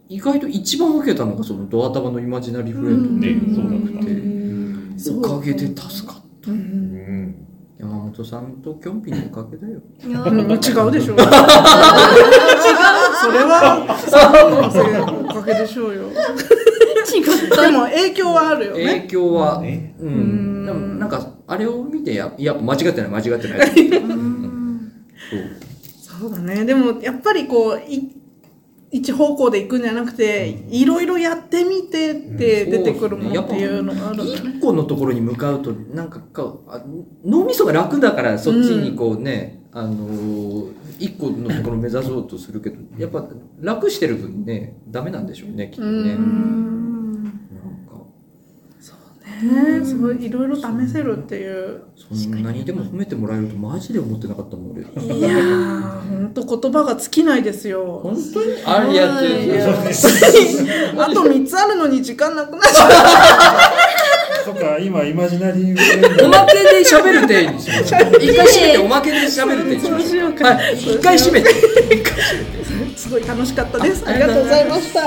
意外と一番受けたのがそのドアタバのイマジナリーフレンドで、
ねそうだ
おかげで助かった。
うん
山本さんとキョンピのおかげだよ。
いや
うん違う
ー
でしょ。
[LAUGHS]
違う。それは、そのおかげでしょうよ。でも影響はあるよね。
影響は、
ね
うん。でもなんか、あれを見てや、いや、間違ってない、間違ってない。 [LAUGHS] そう
そうだね。でもやっぱりこう、い一方向で行くんじゃなくて、いろいろやってみてって出てくるものっていうのがあるんだね。
一個のところに向かうとなんかかあ脳みそが楽だからそっちにこうね、あのー一個のところを目指そうとするけどやっぱ楽してる分ねダメなんでしょうねきっと
う
ね。な
ん。
んか
ねすごいいろいろ試せるっていう。
そんなにでも褒めてもらえるとマジで思ってなかったもん俺。
いやー、ほんと言葉が尽きないですよ。
本当にありやってる
あと3つあるのに時間なくなっちゃう。
そっか、今、イマジナリーフ
おまけで喋る手にし [LAUGHS] ましょう一回閉めておまけで喋る手にしましょう
よう
はい一回閉めて。
すごい楽しかったです。ありがとうございました。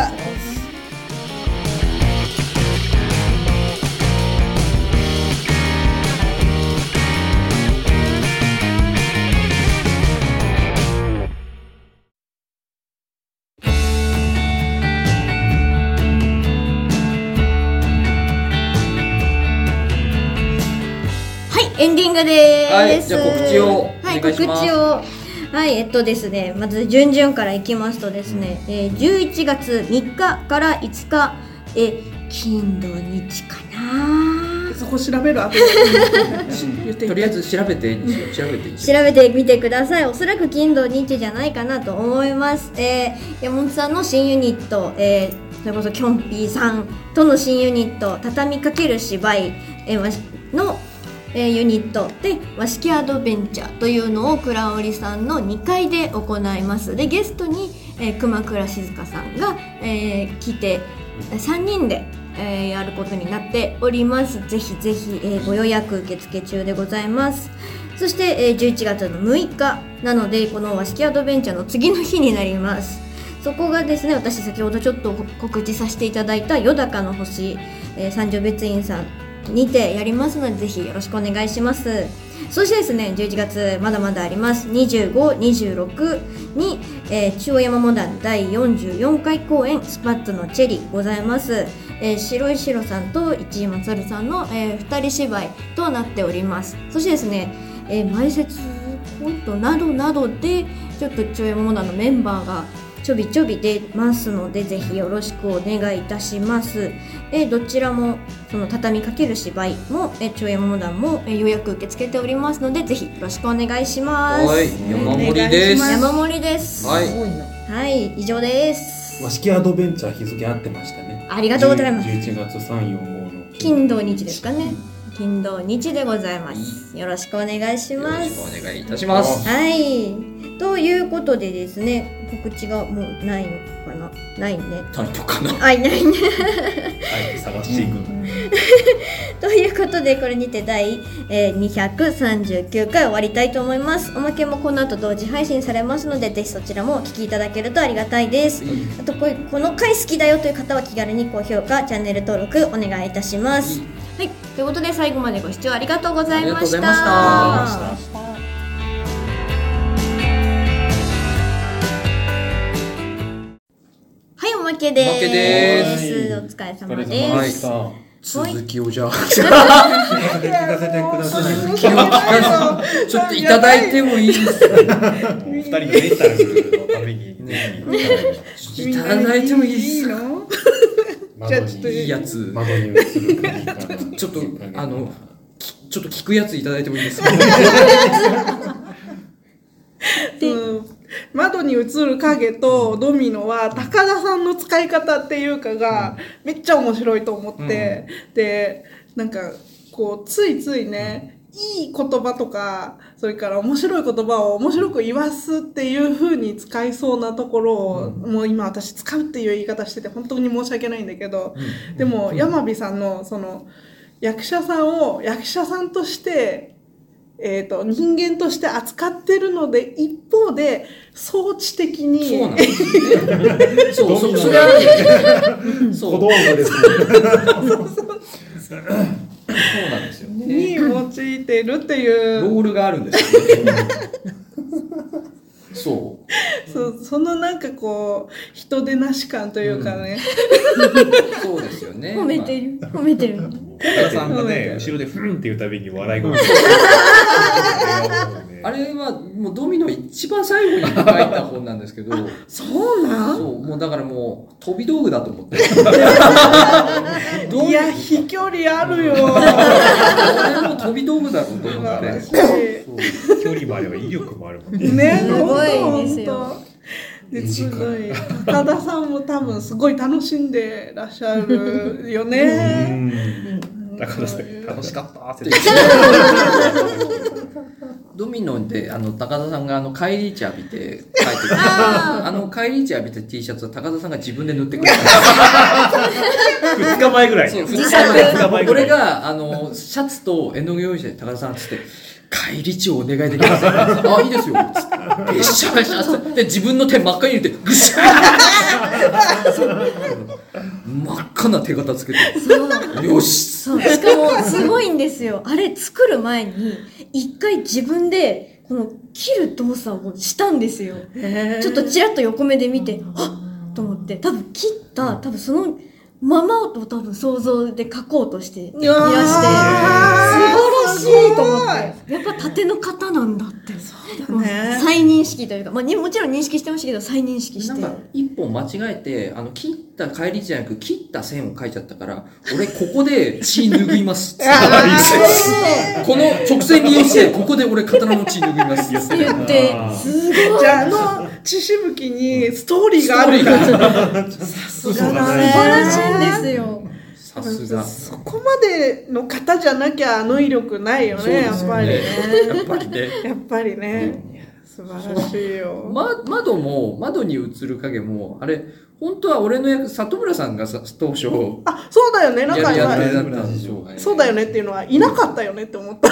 はい、エンディングで
は
ー
い
す。
じゃあ告知を
はい、
お願
告
いします
知を。はい、えっとですね、まず順々からいきますとですね、えー、11月3日から5日、えー、金土日かな
そこ調べる後で言って
と
いた
りあえず調べてにしよう調べてにし
調
よう
べてみてください。おそらく金土日じゃないかなと思います。えー、山本さんの新ユニット、えー、それこそキョンピーさんとの新ユニット、畳みかける芝居、えーわしの、えーユニットで和式アドベンチャーというのを倉織さんの2階で行いますでゲストに、えー熊倉静香さんが、えー来て3人で、えーやることになっておりますぜひぜひ、えーご予約受付中でございますそして、えー11月の6日なのでこの和式アドベンチャーの次の日になりますそこがですね私先ほどちょっと告知させていただいた「よだかの星」えー三条別院さんにてやりますのでぜひよろしくお願いしますそしてですね11月まだまだあります2526に、えー中央山モダン第44回公演スパッツのチェリーございます、えー白井白さんと市井勝さんの、え2人芝居となっておりますそしてですね、えー前説コントなどなどでちょっと中央山モダンのメンバーがちょびちょび出ますのでぜひよろしくお願いいたしますえーどちらもその畳みかける芝居も、えー、長山モダンも、えー予約受け付けておりますのでぜひよろしくお願いします。
はい山盛りです
山盛りです。
はい
はい、以上です。
和式アドベンチャー日付合ってましたね。
ありがとうございます。
11月3、4、5の
金土日ですかね。金土日でございます。よろしくお願いし
よろ
ま
し
す。
くお願いいたします
はい。ということでですね、告知がもうないのかなないね。
タイトかな
あ、いないね。
はい探していく、
ということでこれにて第、えー239回終わりたいと思いますおまけもこの後同時配信されますのでぜひそちらもお聞きいただけるとありがたいですあとこういうこの回好きだよという方は気軽に高評価チャンネル登録お願いいたしますはいということで最後までご視聴ありがとうございました
ありがとうございました
ありがとうございました
はいおまけで
おまけです
お疲れ様です
お疲れ様でした。
続きをじゃあ、
聞かせてください。
ちょっといただいてもいいですか
もう二人のメンタルのために、ね、
いただいてもいいですか
の
窓に
じゃあちょっと
いいやつ。
窓に映る鍵から
ちょっと、あの、きちょっと聞くやついただいてもいいですか
うん窓に映る影とドミノは高田さんの使い方っていうかがめっちゃ面白いと思って、でなんかこうついついね、いい言葉とかそれから面白い言葉を面白く言わすっていう風に使いそうなところを、もう今私使うっていう言い方してて本当に申し訳ないんだけど、でも山火さんのその役者さんを役者さんとしてえー、と人間として扱ってるので一方で装置的に
そうなんですね。そう、そ、それはね、そう、そ
小道具ですね。
うなんですよね。
に用いてるっ
ロ
ていう
ールがあるんですよね。そう。
そそのなんかこう人出なし感というかね、
そうですよね。
褒めてる。褒めてる。
高田さんがね、後ろでふんっていうたびに笑い声が。こ
あ
れはもうね
れはもうドミノ一番最後に書いた本なんですけ
[LAUGHS]
ど、
そうな
そ
ん
う、もうだからもう飛び道具だと思
[LAUGHS]
って。どう
いや
いう
飛距離あるよ
これも飛び道具だろうと思
素
っ
晴
て
ら。 [LAUGHS] し
距離もあれば威力もあるもんね。
いね
すごいですよ
本当ですごい高田さんも多分すごい楽しんでらっしゃるよね
高田さん、楽しかったって。
ドミノであの高田さんがあの帰り道浴びて帰ってきたあの帰り道浴びた T シャツは高田さんが自分で塗ってくれた
二日前ぐらい
そ
に。
う、
二
二日
日前
前。
ぐら
俺
いに。
が、あの、シャツと絵の具用意して、高田さんっつって、帰り道お願いできます [LAUGHS] かあ、いいですよ。つって、べしゃべしゃっつって、で自分の手真っ赤に入れて、ぐしゃ真っ赤な手形つけて、
そう。
よし
そう。しかも、すごいんですよ。あれ作る前に、一回自分で、この、切る動作をしたんですよ。ちょっとちらっと横目で見て、あっと思って、多分切った、多分その、ままを多分想像で描こうとして、いらして、素
わー
晴らしいと思
す
って。やっぱ縦の方なんだって。
だね
再認識というか、まあ、にもちろん認識してましたけど、再認識し
なん
て。
か、一本間違えて、あの、切った帰り道じゃなく、切った線を描いちゃったから、俺ここで血拭います。つってこの直線利用して、ここで俺刀の血拭います。
って言って、すごい。
じゃああの血しぶきにストーリーがあるから
嘘が
素
ない。
晴らしいんですよ。
さすが。
そこまでの方じゃなきゃあの威力ないよねやっぱりね
やっぱりね。
やっぱりね素晴らしいよ
ま、窓も、窓に映る影も、あれ、本当は俺の役、里村さんがさ当初、
あそうだよねなん
や
か
る
今
やつだったんですよ。
そうだよねっていうのはいなかったよねって思った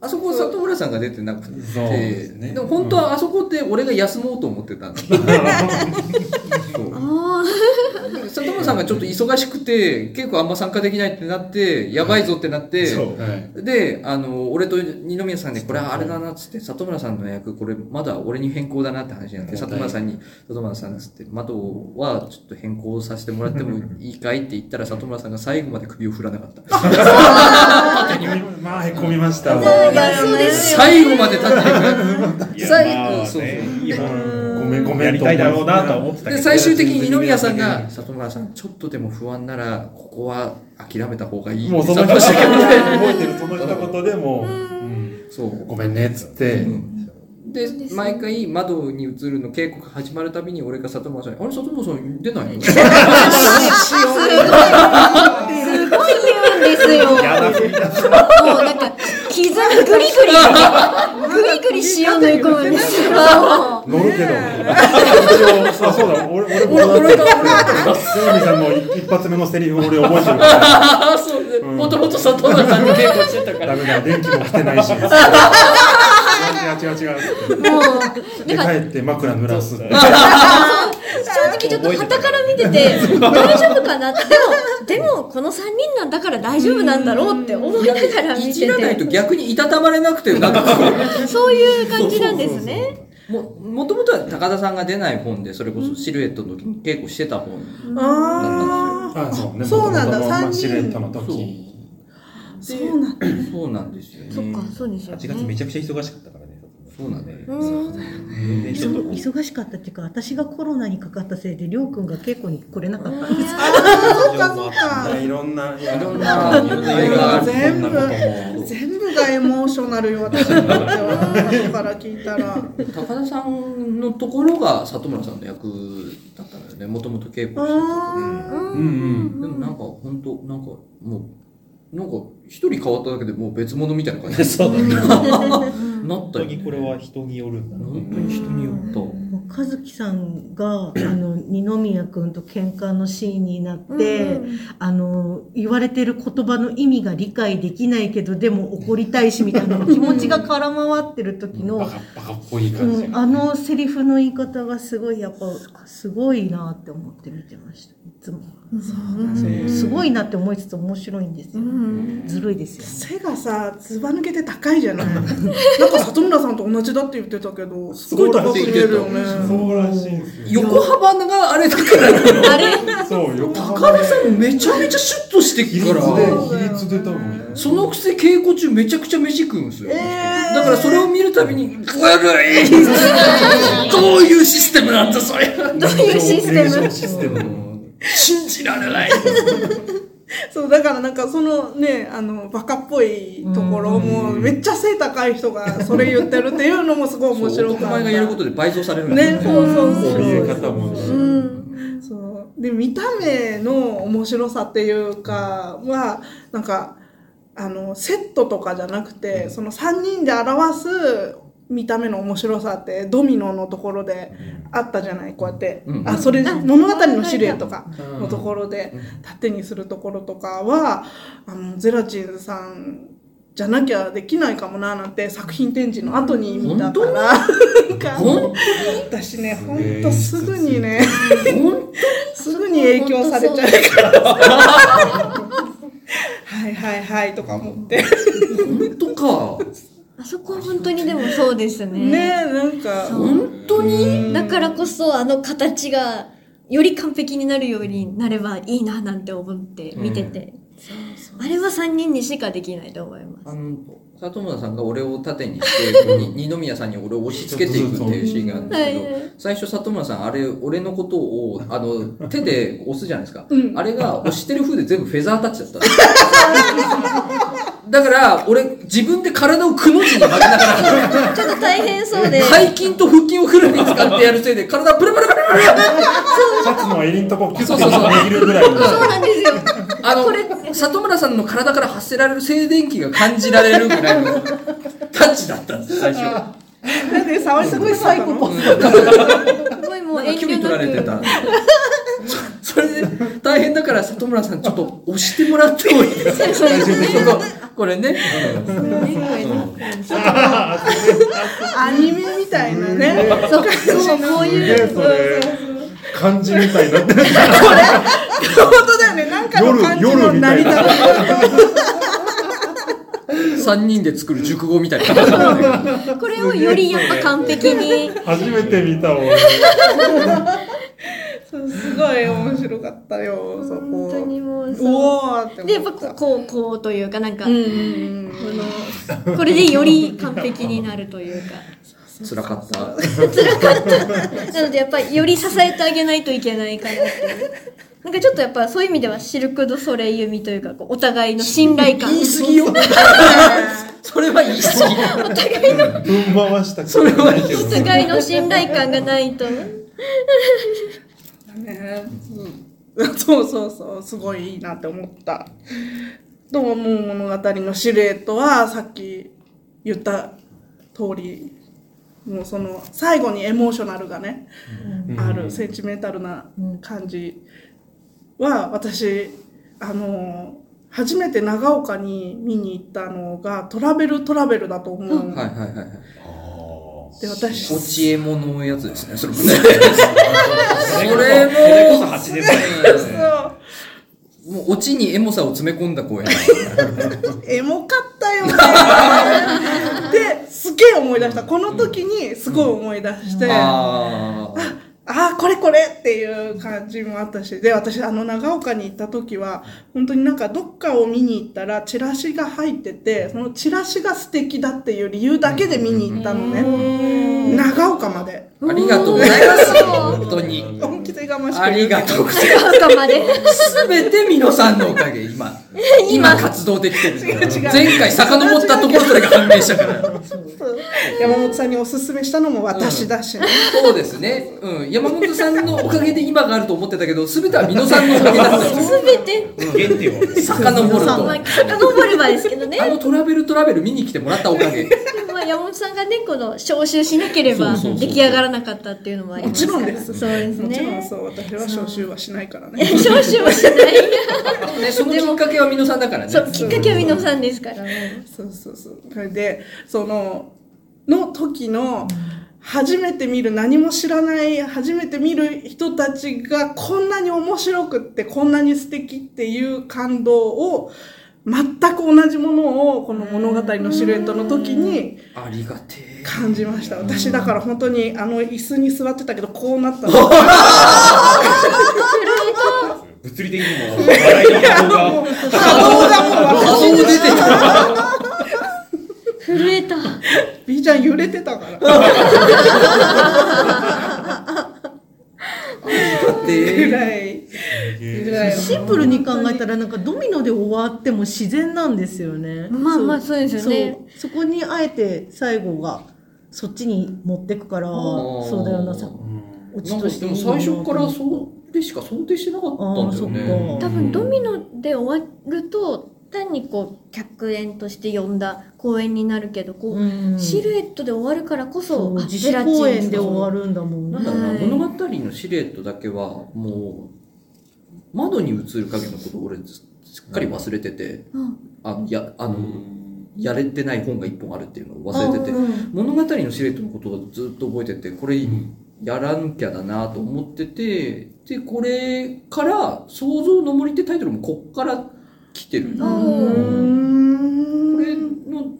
あそこ里村さんが出てなくて、
そうですね
でも本当はあそこって俺が休もうと思って
[LAUGHS]
たんだけどそう
あ
で里村さんがちょっと忙しくて、結構あんま参加できないってなって、やばいぞってなって、
そう。
はい。
で、あの、俺と二宮さんで、これはあれだなっつって、里村さんの役、これまだ俺に変更だなって話になって、
うん
里村さんに、里村さんっつって、窓はちょっと変更させてもらってもいいかいって言ったら、里村さんが最後まで首を振らなかった。
まあ、へこみました。
あ、いや、そうですよ。
最後まで立って
い
くれ
や、
最
まあ
後、そう
ね
そ
いいもん
ごめん、ごめん。
やりたいだろうなとは思ってた
う。[LAUGHS] で、
けど。
最終的に二宮さんが、里村さん、ちょっとでも不安なら、ここは諦めた方がいい。
もうその
里
人
村
し
さん
か
が
動いてるその一言でもう、
そう。
ごめんねっつって、
で、毎回窓に映るの稽古が始まるたびに俺が里村さんに、あれ、里村さん出ないの
すごい言うんですよ。もう
やだふりだ
なんか、刻みグリグリ、グリグリ塩塗り込むんですよ。
乗るけど、一応、あ、そうだ、俺、俺、俺、俺、俺、さんの一発目のセリフ俺覚えてるから、
ああ、そうね。もともと里村さんに稽古してたか
ダ
ら。
メだ、電気も来てないし、違う違う違う違う。
もう、
で、帰って枕濡らすって。
正直ちょっと旗から見てて、大丈夫かなって。でも、でもこの3人なんだから大丈夫なんだろうって思いながら
い
見
じらない
て
と
て。
逆にいたたまれなくて、なんか
そういう感じなんですね。
も、もともとは高田さんが出ない本で、それこそシルエットの時に稽古してた本。
あ
あそうね
そうなんだ
元々のまあ
三人
シルエットの時
そうなんだ。
そうなんですよね。
そっか、そうですよ
8
ね。
月めちゃくちゃ忙しかったからね。
そうだね
うんそうだ
ねちょっとこう
忙しかったっていうか私がコロナにかかったせいでりょうくんが稽古に来れなかったんです
そっかそっ
ま
か
あ。いろんない
いろん
い
な、い
ろ
ろ
ん
ん
な
な映
色
画
が
が
あ
ある。
るこんなことも
全部がエモーショナルよ、私にとっては。だから聞いたら。
高田さんのところが里村さんの役だったんだよね。もともと稽古してたとこ
あー
うんうん
でもなんか本当なんかもうなんか一人変わっただけでもう別物みたいな感じ
そうだね。
になった
本当
よ、
に
ね。
これは人によるんだな。
本当に人によった。
もう和樹さんがあの二宮君と喧嘩のシーンになって、あの言われてる言葉の意味が理解できないけどでも怒りたいしみたいな気持ちが空回ってる時
バ
の、
カバカっぽい感じ
うん、あのセリフの言い方がすごいやっぱすごいなって思って見てましたいつも、そうすごいなって思いつつ面白いんですよ、ずるいですよね
背がさ、ずば抜けて高いじゃないなんか里村さんと同じだって言ってたけど、すごい高く見えるよね。
そうらしいんですよ
横幅があれだから
そう横
高
浜
田さんめちゃめちゃシュッとしてき
比率
から
で比率で多分
そのくせ稽古中めちゃくちゃ飯食うんですよ、
えー
だからそれを見るたびに「ずるい!」どういうシステムなんだそれ
どういうシステムシステム
信じられない
そう、だからなんかそのね、あの、バカっぽいところも、めっちゃ背高い人がそれ言ってるっていうのもすごい面白
お
く
前がやることで倍増されるんだよ
ね、そうそう
そう
そう。
見え方も
うん、そうで見た目の面白さっていうかはなんかあのセットとかじゃなくて、その3人で表す見た目の面白さってドミノのところであったじゃないこうやって、
うん
あそれ物語のシルエットとかのところで縦にするところとかはあのゼラチンズさんじゃなきゃできないかもななんて作品展示の後に見たから [LAUGHS] なんか
本
私ねほんとすぐにね
当本
すぐに影響されちゃうからはいはいはいとか思って
当本当か
あそこは本当にでもそうです
ね
ね。
なんか
本当に
だからこそあの形がより完璧になるようになればいいななんて思って見てて。あれは3人にしかできないと思いま
あ
す。
の里村さんが俺を盾にしてに二宮さんに俺を押し付けていくっていうシーンがあるんですけど、
はいはい
最初里村さんあれ俺のことをあの手で押すじゃないですか、あれが押してる風で全部フェザータッチだっ
[LAUGHS]
たんですよだから俺自分で体をくの字に曲げながら
ちょっと大変そうで。
背筋と腹筋をフルに使ってやるせいで体プルプルプルプル
シャツの襟のとこキュッて
そうそうそう
握るぐらいの
そうなんですよ。
あの里村さんの体から発せられる静電気が感じられるぐ
[LAUGHS]
らいのタッチだったんです最初。
なんで触りすごい最後も
すごいもう
なんか
遠
距離
慮
取られて
なく。
た。そそれで大変だから里村さんちょっと押してもらってもいいですか。こここれね。
アニメみたいなね
そう、そうこう
す
いう。
げえそれ漢字みたいになってる
本当だよねなんかの感じの
夜み
成
た
り
い
立
な
三人で作る熟語みたいな感じで。
これをよりやっぱ完璧に。
初めて見た俺
ちそうすごい面白かったよそこ
本当にもう
う
そ
おーって
う。で、やっ
思
ぱ
った
こう、こうというか、なんか、
うんうんうん
この、これでより完璧になるというか。
辛かった。
なのでやっぱりより支えてあげないといけないかなっていう。なんかちょっとやっぱそういう意味ではシルク・ド・ソレイユみというかこうお互いの信頼感
言い過ぎよ。それは言い過ぎ。
[LAUGHS] ぶん回した
それは言い過ぎ。
お互いの信頼感がないとね
ね、うん、 [LAUGHS] そうそうそうすごいいいなって思った。とも物語のシルエットはさっき言った通りもうその最後にエモーショナルがね、あるセンチメンタルな感じは私あの初めて長岡に見に行ったのがトラベルトラベルだと思う、
はいはいはいはい。
で私
お知恵者のやつですね。それもね。それも
れこそ8年前。
そう
もうオチにエモさを詰め込んだ声。
エモかったよ
[LAUGHS]
ね。で、すげえ思い出した。この時にすごい思い出して、あ
ああ。
ああ、これこれっていう感じもあったし、で、私、あの、長岡に行った時は、本当になんかどっかを見に行ったら、チラシが入ってて、そのチラシが素敵だっていう理由だけで見に行ったのね。長岡まで。
ありがとうございます。本当に。
本気で我慢して
ありがとうございます。
とまで。
すべて美濃さんのおかげ、
[LAUGHS]
今。今活動できてる。前回遡ったところそれが判明したから。
山本さんにおすすめしたのも私だしね。
そうですね。うん。山本さんのおかげで今があると思ってたけど、すべては美濃さんのおかげだったんです。
すべて、
原点は
遡ると。
まあ、遡ればですけどね
あ。のトラベルトラベル見に来てもらったおかげ。
まあ、山本さんがね、この招集しなければ
そうそうそう
出来上がらなかったっていうのもあり
も
ま
ち
すか
ろ
ら。
んです。
そうです
もちろん
ね。
そう、私は招集はしないからね。
[LAUGHS] 招集もしない。
ね、そのきっかけは美濃さんだからね。
そう、きっかけは美濃さんですからね。
そうそうそう。それで、その、の時の、初めて見る、何も知らない、初めて見る人たちがこんなに面白くって、こんなに素敵っていう感動を、全く同じものを、この物語のシルエットの時に
ありがてえ。
感じました。私だから本当に、あの椅子に座ってたけど、こうな
[LAUGHS]
ったの。
物理的にも笑いの方が
顔出てきた。
震えた。
B ちゃん揺れてたから。ぐらい。ぐらい。
シンプルに考えたらなんかドミノで終わっても自然なんですよね。
まあまあ、そうですよ
そう
ね。
そこにあえて最後がそっちに持ってくから
ー
[LAUGHS] そうだよなさオチ
なん
と
か
して
で
い
も
いよな
最初からそれしか想定してなかったんだよね。
あーそっ
多
か
分ドミノで終わると、単にこう、客演として呼んだ公演になるけど、こう、
うん
シルエットで終わるからこ
そ
そ、
う
あ
自主
ゼラチン
公演で終わるんだもん
な
ね
んだろうな、
はい
物語のシルエットだけはもう窓に映る影のことを俺すっかり忘れてて、
うん
あやあの、やれてない本が一本あるっていうのを忘れてて、物語のシルエットのことをずっと覚えててこれやらなきゃだなと思っててでこれから「創造の森」ってタイトルもこっから来てるこれの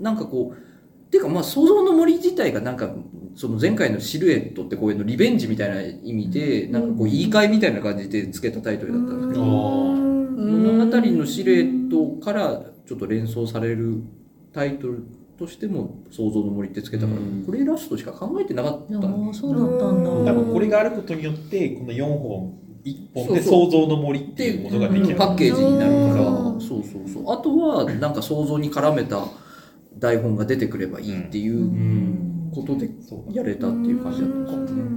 なんかこうっていうかまあ想像の森自体がなんかその前回のシルエットってこういうのリベンジみたいな意味でなんかこう言い換えみたいな感じで付けたタイトルだったんですけど物語のシルエットからちょっと連想されるタイトルとしても「想像の森」って付けたから
うん
これラストしか考えてなかった
あ
の
ーそうだったんだ
多分これがあることによってこの4本1本で
そうそ
創造の森っていうものができる
パッケージになるから
うん
そうそうそうあとはなんか想像に絡めた台本が出てくればいいっていうことで
そう
やれたっていう感じだったんですよね。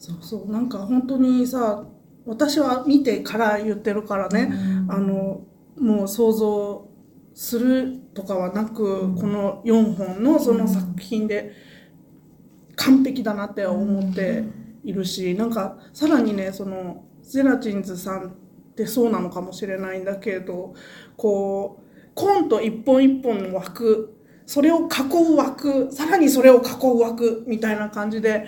そう
そうそうなんか本当にさ私は見てから言ってるからね、あのもう想像するとかはなく、この4本のその作品で完璧だなって思っているし、なんかさらにねそのゼラチンズさんってそうなのかもしれないんだけどこうコント一本一本の枠それを囲う枠さらにそれを囲う枠みたいな感じで。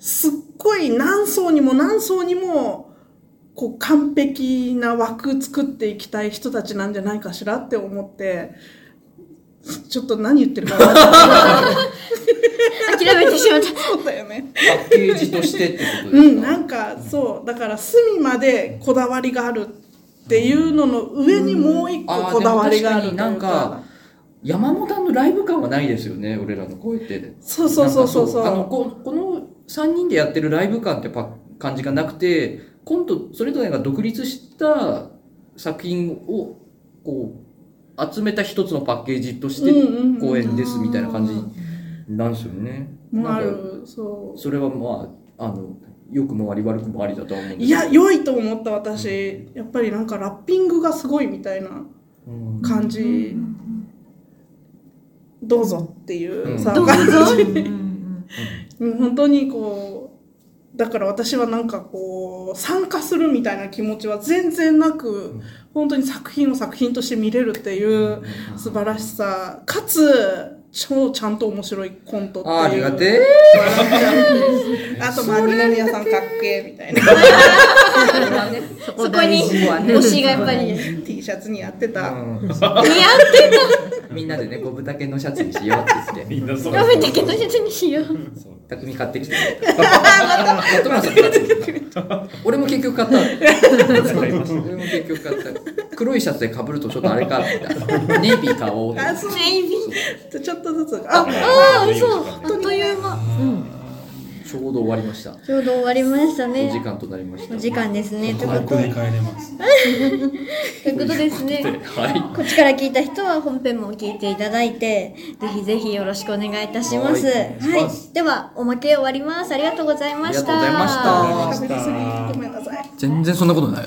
すっごい何層にも何層にもこう完璧な枠作っていきたい人たちなんじゃないかしらって思ってちょっと何言ってるか分かんない
諦めてしまった。
そうだよね。
パッケージとしてってこと
う
です
ん、
か、
なんかそうだから隅までこだわりがあるっていうのの上にもう一個
あー
こだわりがあるという
でも確かになんか山本さんのライブ感はないですよね俺らの声って
そうそうそうそうそう
なんかあのここの3人でやってるライブ感ってパ感じがなくて今度それぞれが独立した作品をこう集めた一つのパッケージとし
うん
て
うんうん
公演ですみたいな感じなんですよね、
もあ
なんか
るそう
それはまああの良くもあり悪くもありだとは思うんですけど
いや良いと思った私やっぱりなんかラッピングがすごいみたいな感じ、どうぞっていう、
うん
さ
どうぞ
感
[LAUGHS]
じ
Mm,
うん本当にこうだから私はなんかこう参加するみたいな気持ちは全然なく、本当に作品を作品として見れるっていう素晴らしさかつ超ちゃんと面白いコントっていう
あーありがてえ
[LAUGHS] あとまあ二宮さんかっけえみたいな
[LAUGHS] そこに推しがやっぱり似合っ
T シャツにやってた、
うん
て
みんなでね、ゴブタケのシャツにしようって言って。
みんなそう。
ラメだけのやつにしよう。
そう
匠買ってきて。里村さん買ってきた俺も結局買った。
買いました
俺も結局買った。黒いシャツで被るとちょっとあれかってネイビー買おうって。
あそうちょっとずつ
あ
あ
あー、嘘。あっという間。
ちょうど終わりました。
ちょうど終わりました
お時
ね。
間となりました。
お時間ですね。という
俳
こと
句で
で
帰れます。
ということです
[LAUGHS]
ね。
は
こっちから聞いた人は本編も聞いていただいて、ぜひぜひよろしくお願いいたします。
は
はいい。では、おまけ終わります。ありがとうございました。
ありがとうございました
食べ過ぎごめんなさい
全然そんなことない。